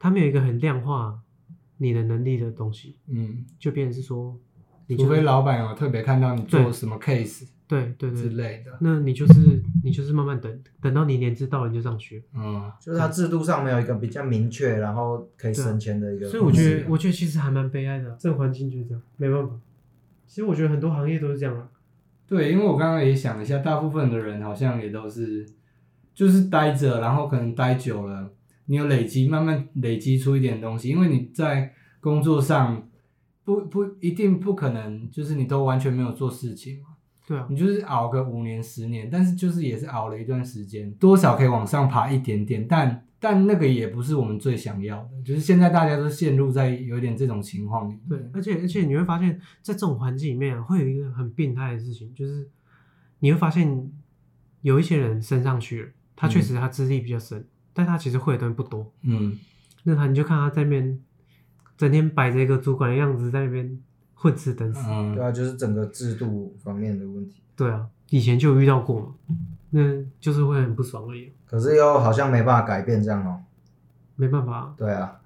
C: 它没有一个很量化你的能力的东西，
A: 嗯，
C: 就变成是说，你就
A: 除
C: 是
A: 非老板有特别看到你
C: 对
A: 做什么 case
C: 对对
A: 之
C: 对，
A: 类的，
C: 那你就是你就是慢慢等，等到你年资到了你就上去。
A: 嗯，
B: 就是它制度上没有一个比较明确，然后可以
C: 对啊
B: 升迁的一个方式啊。
C: 所以我觉得我觉得其实还蛮悲哀的啊、这个环境就是这样，没办法。其实我觉得很多行业都是这样啊。
A: 对，因为我刚刚也想了一下，大部分的人好像也都是就是待着，然后可能待久了，你有累积，慢慢累积出一点东西，因为你在工作上不不一定不可能，就是你都完全没有做事情嘛，
C: 对啊，
A: 你就是熬个五年十年，但是就是也是熬了一段时间，多少可以往上爬一点点，但但那个也不是我们最想要的，就是现在大家都陷入在有点这种情况里面。
C: 对，
B: 嗯
C: 而且而且你会发现，在这种环境里面、啊，会有一个很病态的事情，就是你会发现有一些人升上去了，他
B: 嗯
C: 确实他资历比较深，但他其实会的东西不多。
A: 嗯，
C: 那他你就看他在那边整天摆着一个主管的样子，在那边混吃等死。
A: 嗯
B: 对啊，就是整个制度方面的问题，
C: 对啊，以前就有遇到过嘛，那就是会很不爽而已啊，
B: 可是又好像没办法改变这样哦。
C: 没办法啊，
B: 对啊，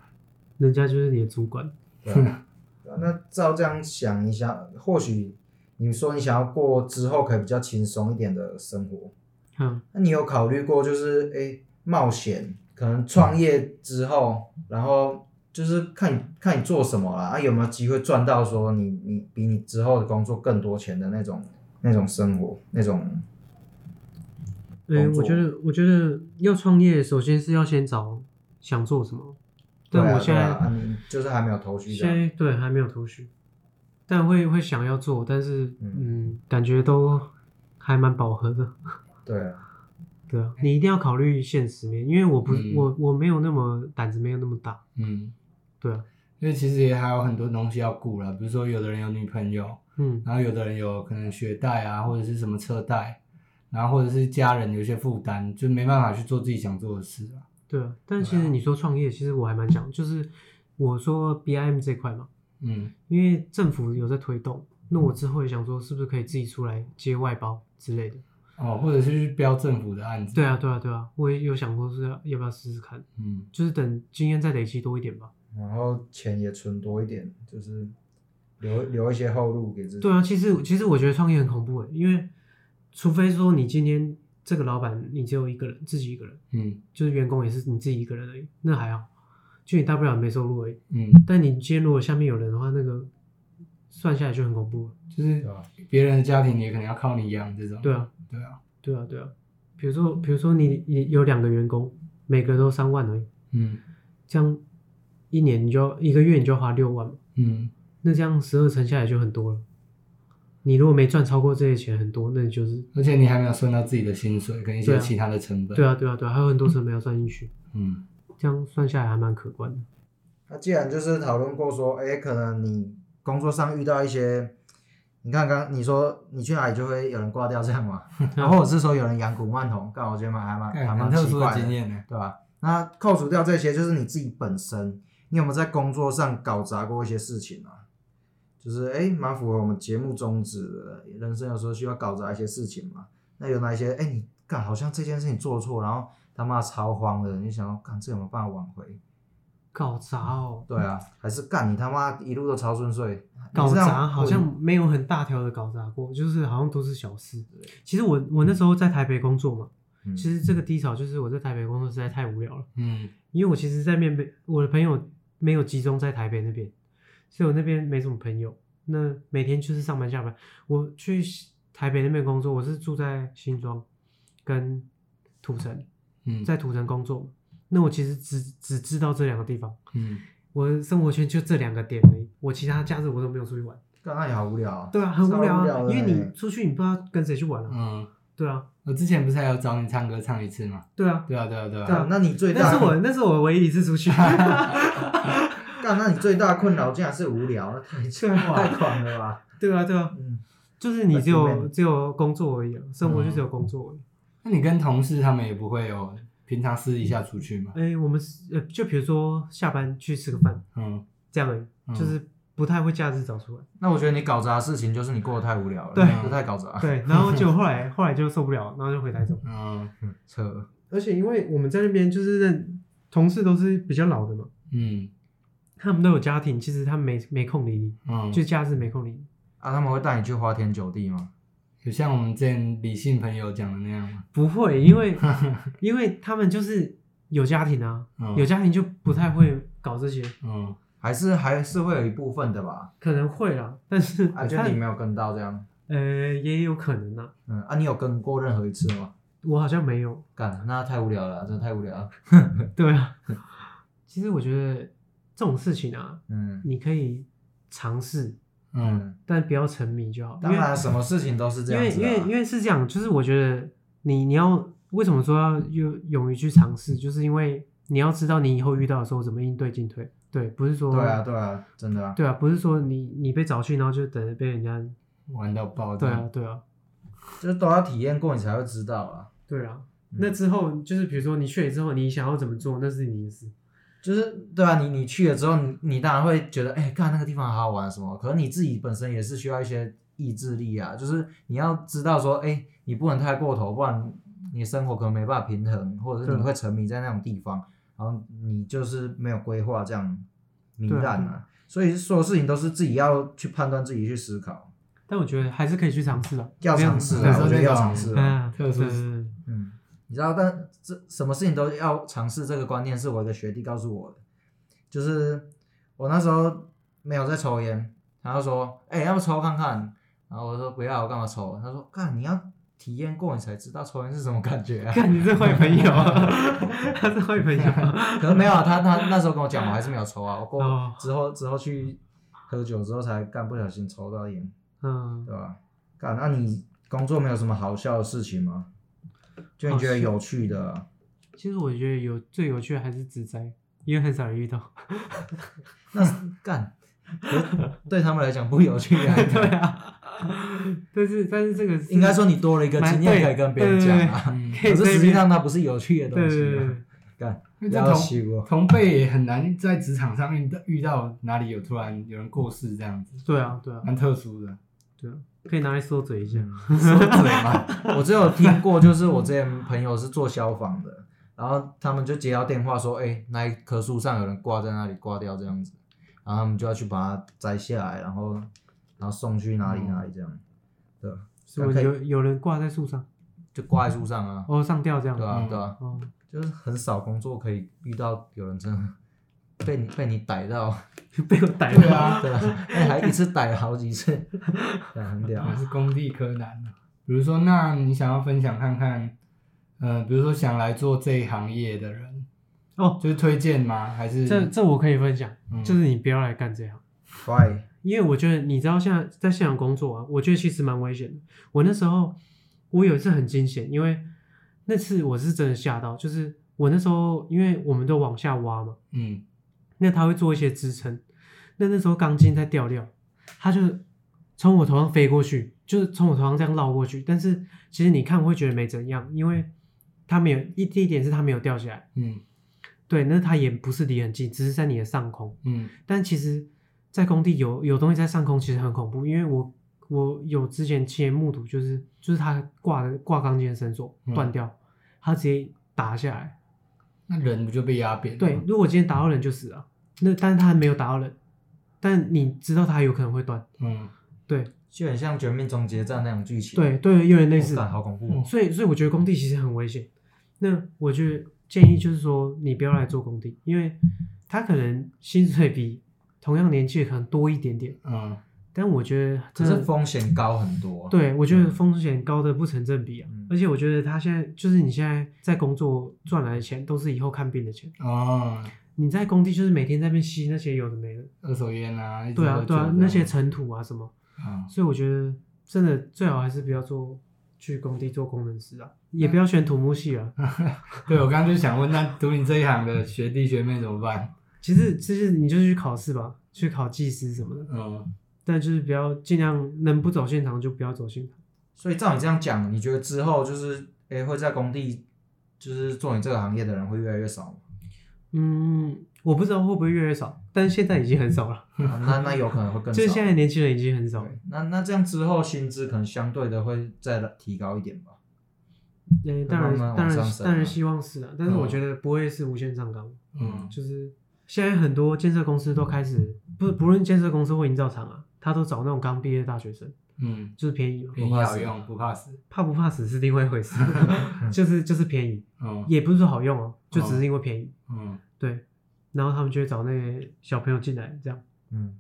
C: 人家就是你的主管。
B: 对啊对啊那照这样想一下，或许你说你想要过之后可以比较轻松一点的生活，
C: 嗯，
B: 那你有考虑过就是诶冒险，可能创业之后，然后就是看你看你做什么啦，啊有没有机会赚到说你你比你之后的工作更多钱的那种那种生活那种
C: 对、
B: 工
C: 哎我
B: 作
C: 觉得我觉得要创业，首先是要先找想做什么。
B: 对
C: 但
B: 啊
C: 我现
B: 对
C: 在、
B: 啊啊你就是还没有头绪的
C: 现在对还没有头绪，但会会想要做，但是嗯
B: 嗯
C: 感觉都还蛮饱和的。
B: 对啊，
C: 对啊，你一定要考虑现实面，因为我不、
A: 嗯
C: 我我没有那么胆子没有那么大。
A: 嗯。
C: 对啊，
A: 因为其实也还有很多东西要顾啦，比如说有的人有女朋友，
C: 嗯，
A: 然后有的人有可能学贷啊，或者是什么车贷，然后或者是家人有一些负担，就没办法去做自己想做的事啊。
C: 对啊。但
A: 对
C: 其实
A: 啊
C: 你说创业，其实我还蛮想，就是我说 BIM 这块嘛，
A: 嗯
C: 因为政府有在推动，那我之后也想说，是不是可以自己出来接外包之类的？
A: 哦，或者是去标政府的案子。
C: 对啊，对啊，对啊，我也有想过是要要不要试试看，
A: 嗯，
C: 就是等经验再累积多一点吧。
B: 然后钱也存多一点，就是留留一些后路给自己。
C: 对啊，其实其实我觉得创业很恐怖诶，欸因为除非说你今天这个老板你只有一个人，自己一个人，
A: 嗯
C: 就是员工也是你自己一个人而已，那还好，就你大不了没收入而已。
A: 嗯，
C: 但你今天如果下面有人的话，那个算下来就很恐怖了。
A: 就是
B: 对吧？
A: 别人的家庭也可能要靠你养这种。
C: 对啊，
A: 对啊，
C: 对啊，对啊。比如说，比如说你你有两个员工，每个都三万而已，
A: 嗯
C: 这样一年你就要一个月你就要花六万嘛，
A: 嗯
C: 那这样十二乘下来就很多了。你如果没赚超过这些钱很多，那你就是
A: 而且你还没有算到自己的薪水跟一
C: 对
A: 些
C: 啊
A: 其他的成本。
C: 对啊对啊对啊，还有很多成本要算进去。
A: 嗯
C: 这样算下来还蛮可观的。
B: 那既然就是讨论过说，哎，可能你工作上遇到一些，你看刚你说你去哪里就会有人挂掉这样 嘛，然后或者是说有人养古曼童，但我觉得蛮还蛮
A: 干
B: 还
A: 很
B: 蛮
A: 啊特
B: 奇
A: 殊的
B: 怪
A: 经验呢。
B: 对吧？那扣除掉这些，就是你自己本身，你有没有在工作上搞砸过一些事情啊？就是哎蛮符合我们节目宗旨的。人生有时候需要搞砸一些事情嘛，那有哪一些哎你干好像这件事情做错，然后他妈超慌的，你想要干这有没有办法挽回？
C: 搞砸哦，
B: 对啊，还是干你他妈一路都超顺遂，
C: 搞
B: 你这样
C: 砸好
B: 我
C: 像没有很大条的搞砸过，就是好像都是小事。欸其实我我那时候在台北工作嘛，
B: 嗯
C: 其实这个低潮就是我在台北工作实在太无聊了，
A: 嗯，
C: 因为我其实，在面北我的朋友没有集中在台北那边，所以我那边没什么朋友。那每天就是上班下班，我去台北那边工作，我是住在新庄跟土城，
A: 嗯
C: 在土城工作嘛。那我其实只只知道这两个地方，
A: 嗯
C: 我的生活圈就这两个点而已。我其他假日我都没有出去玩。
B: 干那也好无聊、啊。
C: 对啊，很无聊
B: 超无
C: 啊，
B: 聊的
C: 因为
B: 欸
C: 你出去你不知道跟谁去玩啊。
A: 嗯，
C: 对啊，
A: 我之前不是还有找你唱歌唱一次吗？
C: 对 啊，
A: 对啊，对啊，对
C: 对
A: 啊，
B: 干那你最大
C: 那是我那是我唯一一次 出去。
B: 干，那你最大的困扰竟然是无聊，那太
C: 对啊
B: 太狂了吧？
C: 对啊，对啊，
B: 嗯，
C: 就是你只有
B: Recommend
C: 只有工作而已、啊，生活就只有工作而已。
A: 那你跟同事他们也不会有平常私底下出去吗？
C: 哎、我们是呃，就比如说下班去吃个饭
A: 嗯，
C: 这样而已，
A: 嗯
C: 就是不太会假日找出来。
B: 那我觉得你搞砸的事情就是你过得太无聊了，
C: 对啊
B: 就太搞砸，
C: 对，然后 就后来后来就受不了，然后就回台中。
A: 嗯
B: 扯，
C: 而且因为我们在那边就是认同事都是比较老的嘛，
A: 嗯
C: 他们都有家庭，其实他们没没空理你，
A: 嗯，
C: 就假日没空理你。
B: 啊，他们会带你去花天酒地吗？
A: 有像我们之前理性朋友讲的那样吗？
C: 不会，因为因为他们就是有家庭啊，
A: 嗯
C: 有家庭就不太会搞这些，
A: 嗯
B: 还是还是会有一部分的吧？
C: 可能会啦，但是
B: 啊，就
C: 他
B: 你没有跟到这样，
C: 呃也有可能啊，
B: 嗯，啊，你有跟过任何一次吗？
C: 我好像没有，
B: 干，那太无聊了，真的太无聊了，
C: 对啊，其实我觉得这种事情啊，
B: 嗯
C: 你可以尝试，
A: 嗯
B: 嗯，
C: 但不要沉迷就好，因
B: 当
C: 为
B: 然啊什么事情都是这
C: 因
B: 样
C: 为
B: 子
C: 因
B: 的啊，
C: 为因为是这样，就是我觉得你你要为什么说要勇勇于去尝试，就是因为你要知道你以后遇到的时候怎么应对进退，对，不是说
B: 对啊对啊，真的啊，
C: 对啊，不是说你你被找去，然后就等着被人家。
A: 玩到爆
C: 对
A: 炸。
C: 啊，对啊，
B: 就是都要体验过你才会知道啊。
C: 对啊。
B: 嗯
C: 那之后就是比如说你去了之后，你想要怎么做，那是你的事。
B: 就是对啊，你你去了之后，你你当然会觉得，哎、看那个地方好好玩什么。可是你自己本身也是需要一些意志力啊，就是你要知道说，哎、你不能太过头，不然你生活可能没办法平衡，或者是
C: 对
B: 你会沉迷在那种地方，然后你就是没有规划，这样糜烂
C: 对
B: 啊。所以所有事情都是自己要去判断，自己去思考，
C: 但我觉得还是可以去尝试的。
B: 要
C: 没有
B: 尝试
A: 对
B: 啊，我
A: 那
B: 觉得要
A: 种
B: 尝试啊。
C: 嗯，
A: 特殊
C: 对对对
B: 嗯，你知道，但这什么事情都要尝试这个观念，是我一个学弟告诉我的。就是我那时候没有在抽烟，他就说：“哎、要不抽看看？”然后我说：“不要，我干嘛抽？”他说：“看，你要体验过，你才知道抽烟是什么感觉啊。
C: 看你这坏朋友啊，他是坏朋友。”
B: 可是没有啊，他他那时候跟我讲，我还是没有抽啊。我过
C: 哦
B: 之后之后去喝酒之后才干，不小心抽到烟，
C: 嗯，
B: 对吧？干，那你工作没有什么好笑的事情吗？就你觉得有趣的啊、
C: 其实我觉得有最有趣的还是植栽，因为很少人遇到。
B: 那是干，可是对他们来讲不有趣啊。
C: 对啊，但是但是这个是
B: 应该说你多了一个经验可以跟别人讲啊，
A: 嗯，
C: 可以
B: 可是
C: 在
B: 实
C: 那
B: 际
C: 边
B: 上它不是有趣的东
C: 对对
B: 西
C: 对
B: 啊。
C: 对
B: 干，
A: 因为这
B: 要
A: 同
B: 修 哦。
A: 同辈也很难在职场上遇到遇到哪里有突然有人过世这样子，
C: 对啊对啊
A: 蛮特殊的。
C: 对啊，可以拿来缩嘴一下。
B: 说嘴嘛，我只有听过，就是我之前朋友是做消防的，然后他们就接到电话说，哎、那一棵树上有人挂在那里挂掉这样子，然后他们就要去把它摘下来，然后然后送去哪里
C: 哦
B: 哪里这样，对，
C: 什么
B: 可以
C: 有有人挂在树上，
B: 就挂在树上啊，
C: 哦上吊这样。
B: 对啊
A: 嗯
B: 对啊，
C: 哦，
B: 就是很少工作可以遇到有人真的被你被你逮到，
C: 被我逮
A: 对
C: 到。
A: 啊，
B: 对啊，哎、还一次逮好几次， 对啊，很屌
A: 我。是工地柯南啊。比如说，那你想要分享看看，呃，比如说想来做这一行业的人，
C: 哦，
A: 就是推荐吗？还是
C: 这这我可以分享，
A: 嗯
C: 就是你不要来干这行，
B: Why？
C: 因为我觉得你知道现在在现场工作啊，我觉得其实蛮危险的。我那时候我有一次很惊险，因为那次我是真的吓到，就是我那时候因为我们都往下挖嘛，
A: 嗯
C: 那他会做一些支撑，那那时候钢筋在掉料，他就从我头上飞过去，就是从我头上这样绕过去，但是其实你看会觉得没怎样，因为他没有一第一点是他没有掉下来，
A: 嗯
C: 对，那他也不是离很近，只是在你的上空。
A: 嗯
C: 但其实在工地有有东西在上空，其实很恐怖。因为我我有之前亲眼目睹，就是就是他挂的挂钢筋的绳索
A: 嗯
C: 断掉，他直接打下来。
A: 那人不就被压扁了？
C: 对，如果今天打到人就死了，那但是他还没有打到人，但你知道他有可能会断。
A: 嗯，
C: 对
B: 就很像《绝命终结战》那种剧情。
C: 对对，有点类
B: 类
C: 似。嗯
B: 似，好恐怖哦。
C: 所以，所以我觉得工地其实很危险。那我就建议就是说，你不要来做工地，因为他可能薪水比同样年纪的可能多一点点，
A: 嗯
C: 但我觉得
B: 可
C: 真
B: 是
C: 的，
B: 风险高很多。，啊
C: 对我觉得风险高的不成正比啊。
B: 嗯
C: 而且我觉得他现在就是你现在在工作赚来的钱，都是以后看病的钱。
A: 哦，
C: 你在工地就是每天在那边吸那些有的没的，
A: 二手烟啊，一直
C: 对
A: 喝
C: 啊
A: 酒
C: 对
A: 这
C: 啊，
A: 样
C: 那些尘土啊什么。
A: 嗯
C: 所以我觉得真的最好还是不要做去工地做工程师啊，也
B: 嗯
C: 不要选土木系啊。
A: 对我刚刚就想问，那读你这一行的学弟学妹怎么办？
C: 其实其实你就是去考试吧，去考技师什么的，
A: 嗯，
C: 但就是不要尽量能不走现场就不要走现场。
B: 所以照你这样讲，你觉得之后就是，哎，会在工地就是做你这个行业的人会越来越少 吗？
C: 嗯，我不知道会不会越来越少，但是现在已经很少了，
B: 啊那那有可能会更少。
C: 就是现在年轻人已经很少了
B: 对。，那那这样之后薪资可能相对的会再提高一点吧。
C: 嗯，
B: 会
C: 当然
B: 慢慢往
C: 当然
B: 上升
C: 当然
B: 啊
C: 希望是啊，但是
A: 嗯
C: 我觉得不会是无限上纲，
A: 嗯
C: 就是现在很多建设公司都开始不不论建设公司或营造厂啊，他都找那种刚毕业的大学生，
A: 嗯，
C: 就是便宜嘛，
A: 便宜好用，不怕死。
C: 怕不怕死是另外一回事，就是就是便宜，
A: 嗯
C: 也不是说好用哦、就只是因为便宜。
A: 嗯
C: 对，然后他们就会找那个小朋友进来，这样，
B: 嗯，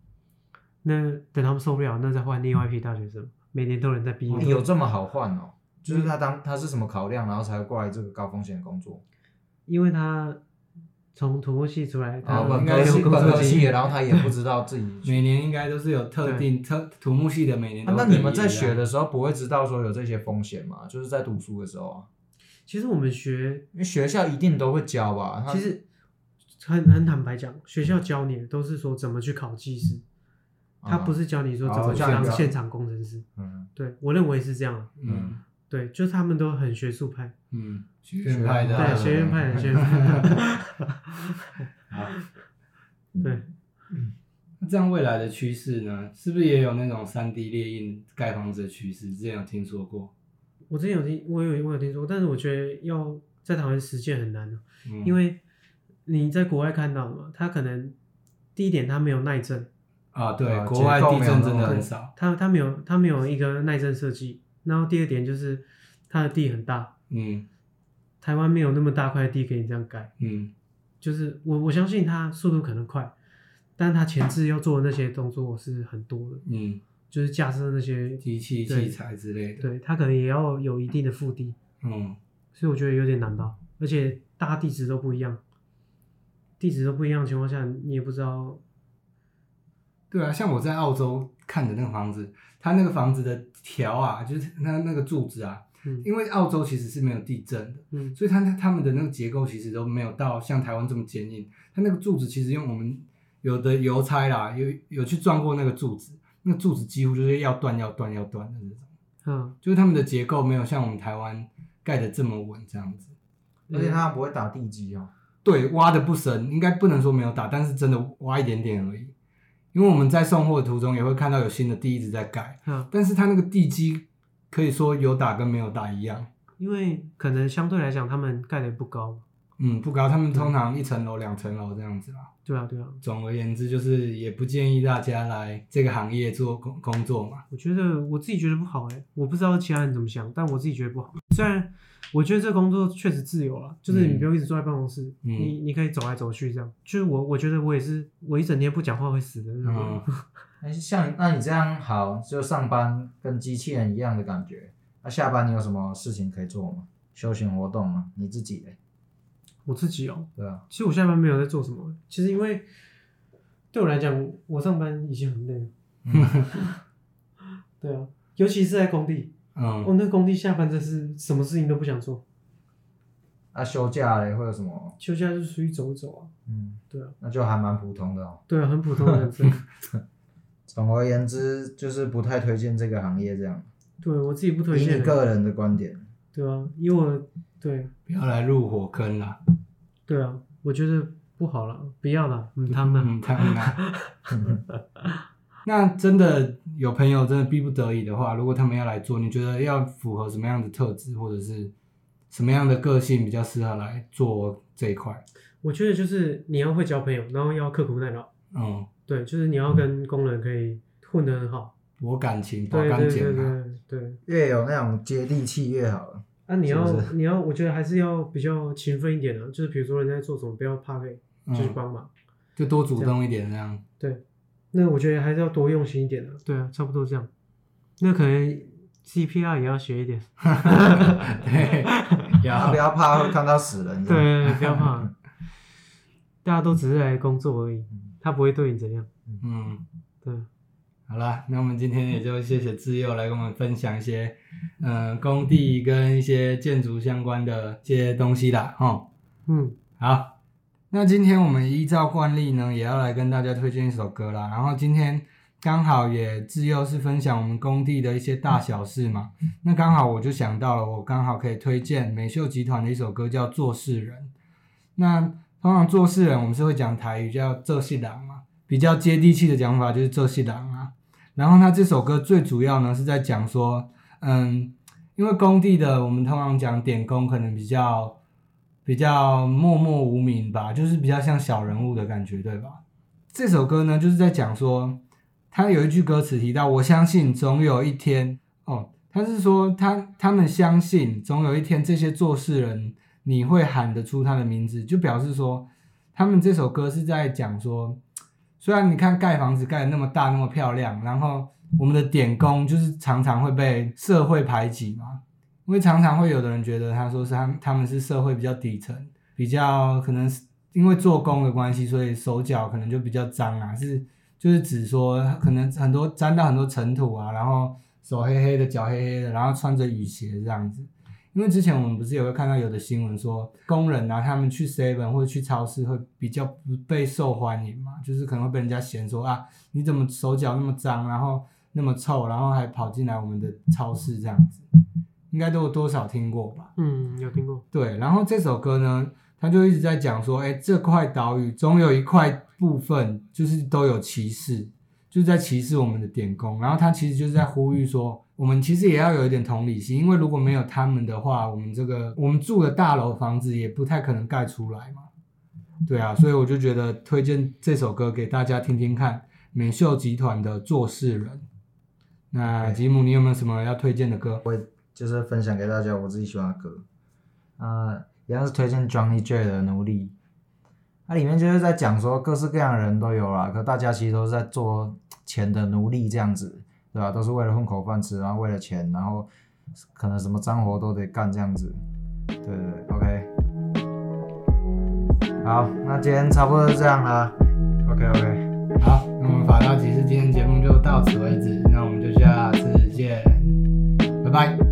C: 那等他们受不了，那再换另外一批大学生，每年都有人在毕业。
B: 哦哎有这么好换哦？就是他当他是什么考量，然后才会过来这个高风险工作？
C: 嗯因为他从土木系出来，他
B: 啊，
A: 哦
B: 本
A: 应该
B: 科
A: 是
C: 没
B: 系
C: 有工
B: 本科
C: 作经
B: 系，
C: 验。
B: 然后他也不知道 自己去。
A: 每年应该都是有特定特土木系的，每年
B: 啊
A: 都、
B: 那你们在学的，时候不会知道说有这些风险吗？就是在读书的时候啊，
C: 其实我们学，
B: 因为学校一定都会教吧。他
C: 其实很很坦白讲，学校教你的都是说怎么去考技师，他不，是教你说
B: 啊
C: 怎
B: 哦
C: 么去
B: 像
C: 当
B: 一个
C: 现场工程师。
B: 嗯，
C: 对我认为是这样啊，
A: 嗯
C: 对，就是他们都很学术派，
A: 嗯，学院派的啊，
C: 对，
B: 嗯
C: 学院派的学 院派。
A: 好
C: 对，
A: 那这样未来的趋势呢，是不是也有那种三 D 列印盖房子的趋势？之前有听说过，
C: 我之前有听，我有我有听说，但是我觉得要在台湾实践很难、啊
A: 嗯、
C: 因为你在国外看到的嘛，他可能第一点他没有耐震，
A: 啊，对，
B: 啊
A: 国外地震真的很
B: 结
A: 少，
C: 他他没有他没有一个耐震设计，然后第二点就是他的地很大，
A: 嗯
C: 台湾没有那么大块地给你这样盖，
A: 嗯
C: 就是我我相信他速度可能快，但他前置要做的那些动作是很多的，
A: 嗯，
C: 就是架设那些，
A: 机器
C: 对
A: 器材之类的，
C: 对他可能也要有一定的腹地，
A: 嗯
C: 所以我觉得有点难吧。而且大家地址都不一样，地址都不一样的情况下，你也不知道，
A: 对啊，像我在澳洲看的那个房子，它那个房子的条啊，就是那那个柱子啊，
C: 嗯
A: 因为澳洲其实是没有地震的，
C: 嗯
A: 所以它它们的那个结构其实都没有到像台湾这么坚硬。它那个柱子其实用我们有的邮差啦，有有去撞过那个柱子，那柱子几乎就是要断要断要断的那种，
C: 嗯，
A: 就是它们的结构没有像我们台湾盖的这么稳这样子。
B: 而且他不会打地基哦。
A: 对，挖的不深，应该不能说没有打，但是真的挖一点点而已。因为我们在送货的途中也会看到有新的地一直在盖。
C: 嗯，
A: 但是它那个地基可以说有打跟没有打一样，
C: 因为可能相对来讲他们盖的不高，
A: 嗯，不高，他们通常一层楼、两层楼这样子啦。
C: 对啊对啊，
A: 总而言之，就是也不建议大家来这个行业做工工作嘛。
C: 我觉得我自己觉得不好哎、我不知道其他人怎么想，但我自己觉得不好。虽然我觉得这工作确实自由了，就是你
A: 嗯
C: 不用一直坐在办公室，
A: 嗯
C: 你你可以走来走去这样。就是我我觉得我也是，我一整天不讲话会死的那种人。
A: 嗯
B: 哎，像那你这样好，就上班跟机器人一样的感觉。那、下班你有什么事情可以做吗？休闲活动吗？你自己的？
C: 我自己哦、
B: 对啊，
C: 其实我下班没有在做什么，其实因为对我来讲，我上班已经很累了。 对啊，尤其是在工地，
A: 嗯，
C: 哦，那工地下班真是什么事情都不想做，
B: 那、啊休假嘞会有什么？
C: 休假就出去走一走啊。
B: 嗯，
C: 对啊，
B: 那就还蛮普通的哦。
C: 对啊，很普通的人
A: 嗯
C: 生。
B: 总而言之，就是不太推荐这个行业这样。
C: 对我自己不推
B: 以
C: 荐
B: 你
C: 的，
B: 个人的观点，
C: 对啊，因为我对
A: 不要来入火坑啦。
C: 对啊，我觉得不好了，不要了，嗯，他们、
A: 嗯，当 然。那真的有朋友真的逼不得已的话，如果他们要来做，你觉得要符合什么样的特质，或者是什么样的个性比较适合来做这一块？
C: 我觉得就是你要会交朋友，然后要刻苦耐劳，
A: 嗯，
C: 对，就是你要跟工人可以混得很好，
A: 我感情把
C: 对
A: 钢
C: 对
A: 剪啊
C: 对
A: 吧，
C: 对对。
B: 越有那种接地气越好了。
C: 那、你要
B: 是不是
C: 你要，我觉得还是要比较勤奋一点啊，就是比如说人家在做什么，不要怕累，就去
A: 嗯，
C: 帮忙。
A: 就多主动一点这 样。
C: 对，那我觉得还是要多用心一点啊。对啊，差不多这样。那可能 CPR 也要学一 点。
A: 对，
B: 啊，
A: 要
B: 不要怕会看到死人。
C: 对，，不要怕，大家都只是来工作而已，他不会对你怎样。
A: 嗯。
C: 对，啊
A: 好啦，那我们今天也就谢谢自佑来跟我们分享一些，嗯、工地跟一些建筑相关的一些东西啦，哈。
C: 嗯，
A: 好，那今天我们依照惯例呢，也要来跟大家推荐一首歌啦。然后今天刚好也自佑是分享我们工地的一些大小事嘛，那刚好我就想到了，我刚好可以推荐美秀集团的一首歌叫《做事人》。那通常做事人我们是会讲台语叫“这戏郎”嘛，比较接地气的讲法就是“这戏郎”啊。然后他这首歌最主要呢是在讲说，嗯，因为工地的我们通常讲点工可能比较比较默默无名吧，就是比较像小人物的感觉，对吧？这首歌呢就是在讲说，他有一句歌词提到：“我相信总有一天。”哦，他是说他他们相信总有一天这些做事人你会喊得出他的名字，就表示说他们这首歌是在讲说，虽然你看盖房子盖得那么大那么漂亮，然后我们的点工就是常常会被社会排挤嘛，因为常常会有的人觉得他说是他他们是社会比较底层，比较可能是因为做工的关系，所以手脚可能就比较脏啊，是就是指说可能很多沾到很多尘土啊，然后手黑黑的，脚黑黑的，然后穿着雨鞋这样子。因为之前我们不是也会看到有的新闻说，工人啊，他们去 seven 或者去超市会比较不被受欢迎嘛，就是可能会被人家嫌说啊，你怎么手脚那么脏，然后那么臭，然后还跑进来我们的超市这样子，应该都有多少听过吧？
C: 嗯，有听过。
A: 对，然后这首歌呢，他就一直在讲说，哎，这块岛屿总有一块部分就是都有歧视，就是在歧视我们的点工。然后他其实就是在呼吁说，我们其实也要有一点同理心，因为如果没有他们的话，我们这个我们住的大楼房子也不太可能盖出来嘛。对啊，所以我就觉得推荐这首歌给大家听听看，美秀集团的《做事人》。那吉姆，你有没有什么要推荐的歌？
B: 就是分享给大家我自己喜欢的歌。啊、一样是推荐 Johnny J 的《奴隶》，它里面就是在讲说各式各样的人都有啦，可大家其实都是在做钱的奴隶这样子，对吧、都是为了混口饭吃，然后为了钱，然后可能什么脏活都得干这样子。对对对，OK。好，那今天差不多是这样啦。OK OK。
A: 好，那我们法道集市今天节目就到此为止，那我们就下次见，拜拜。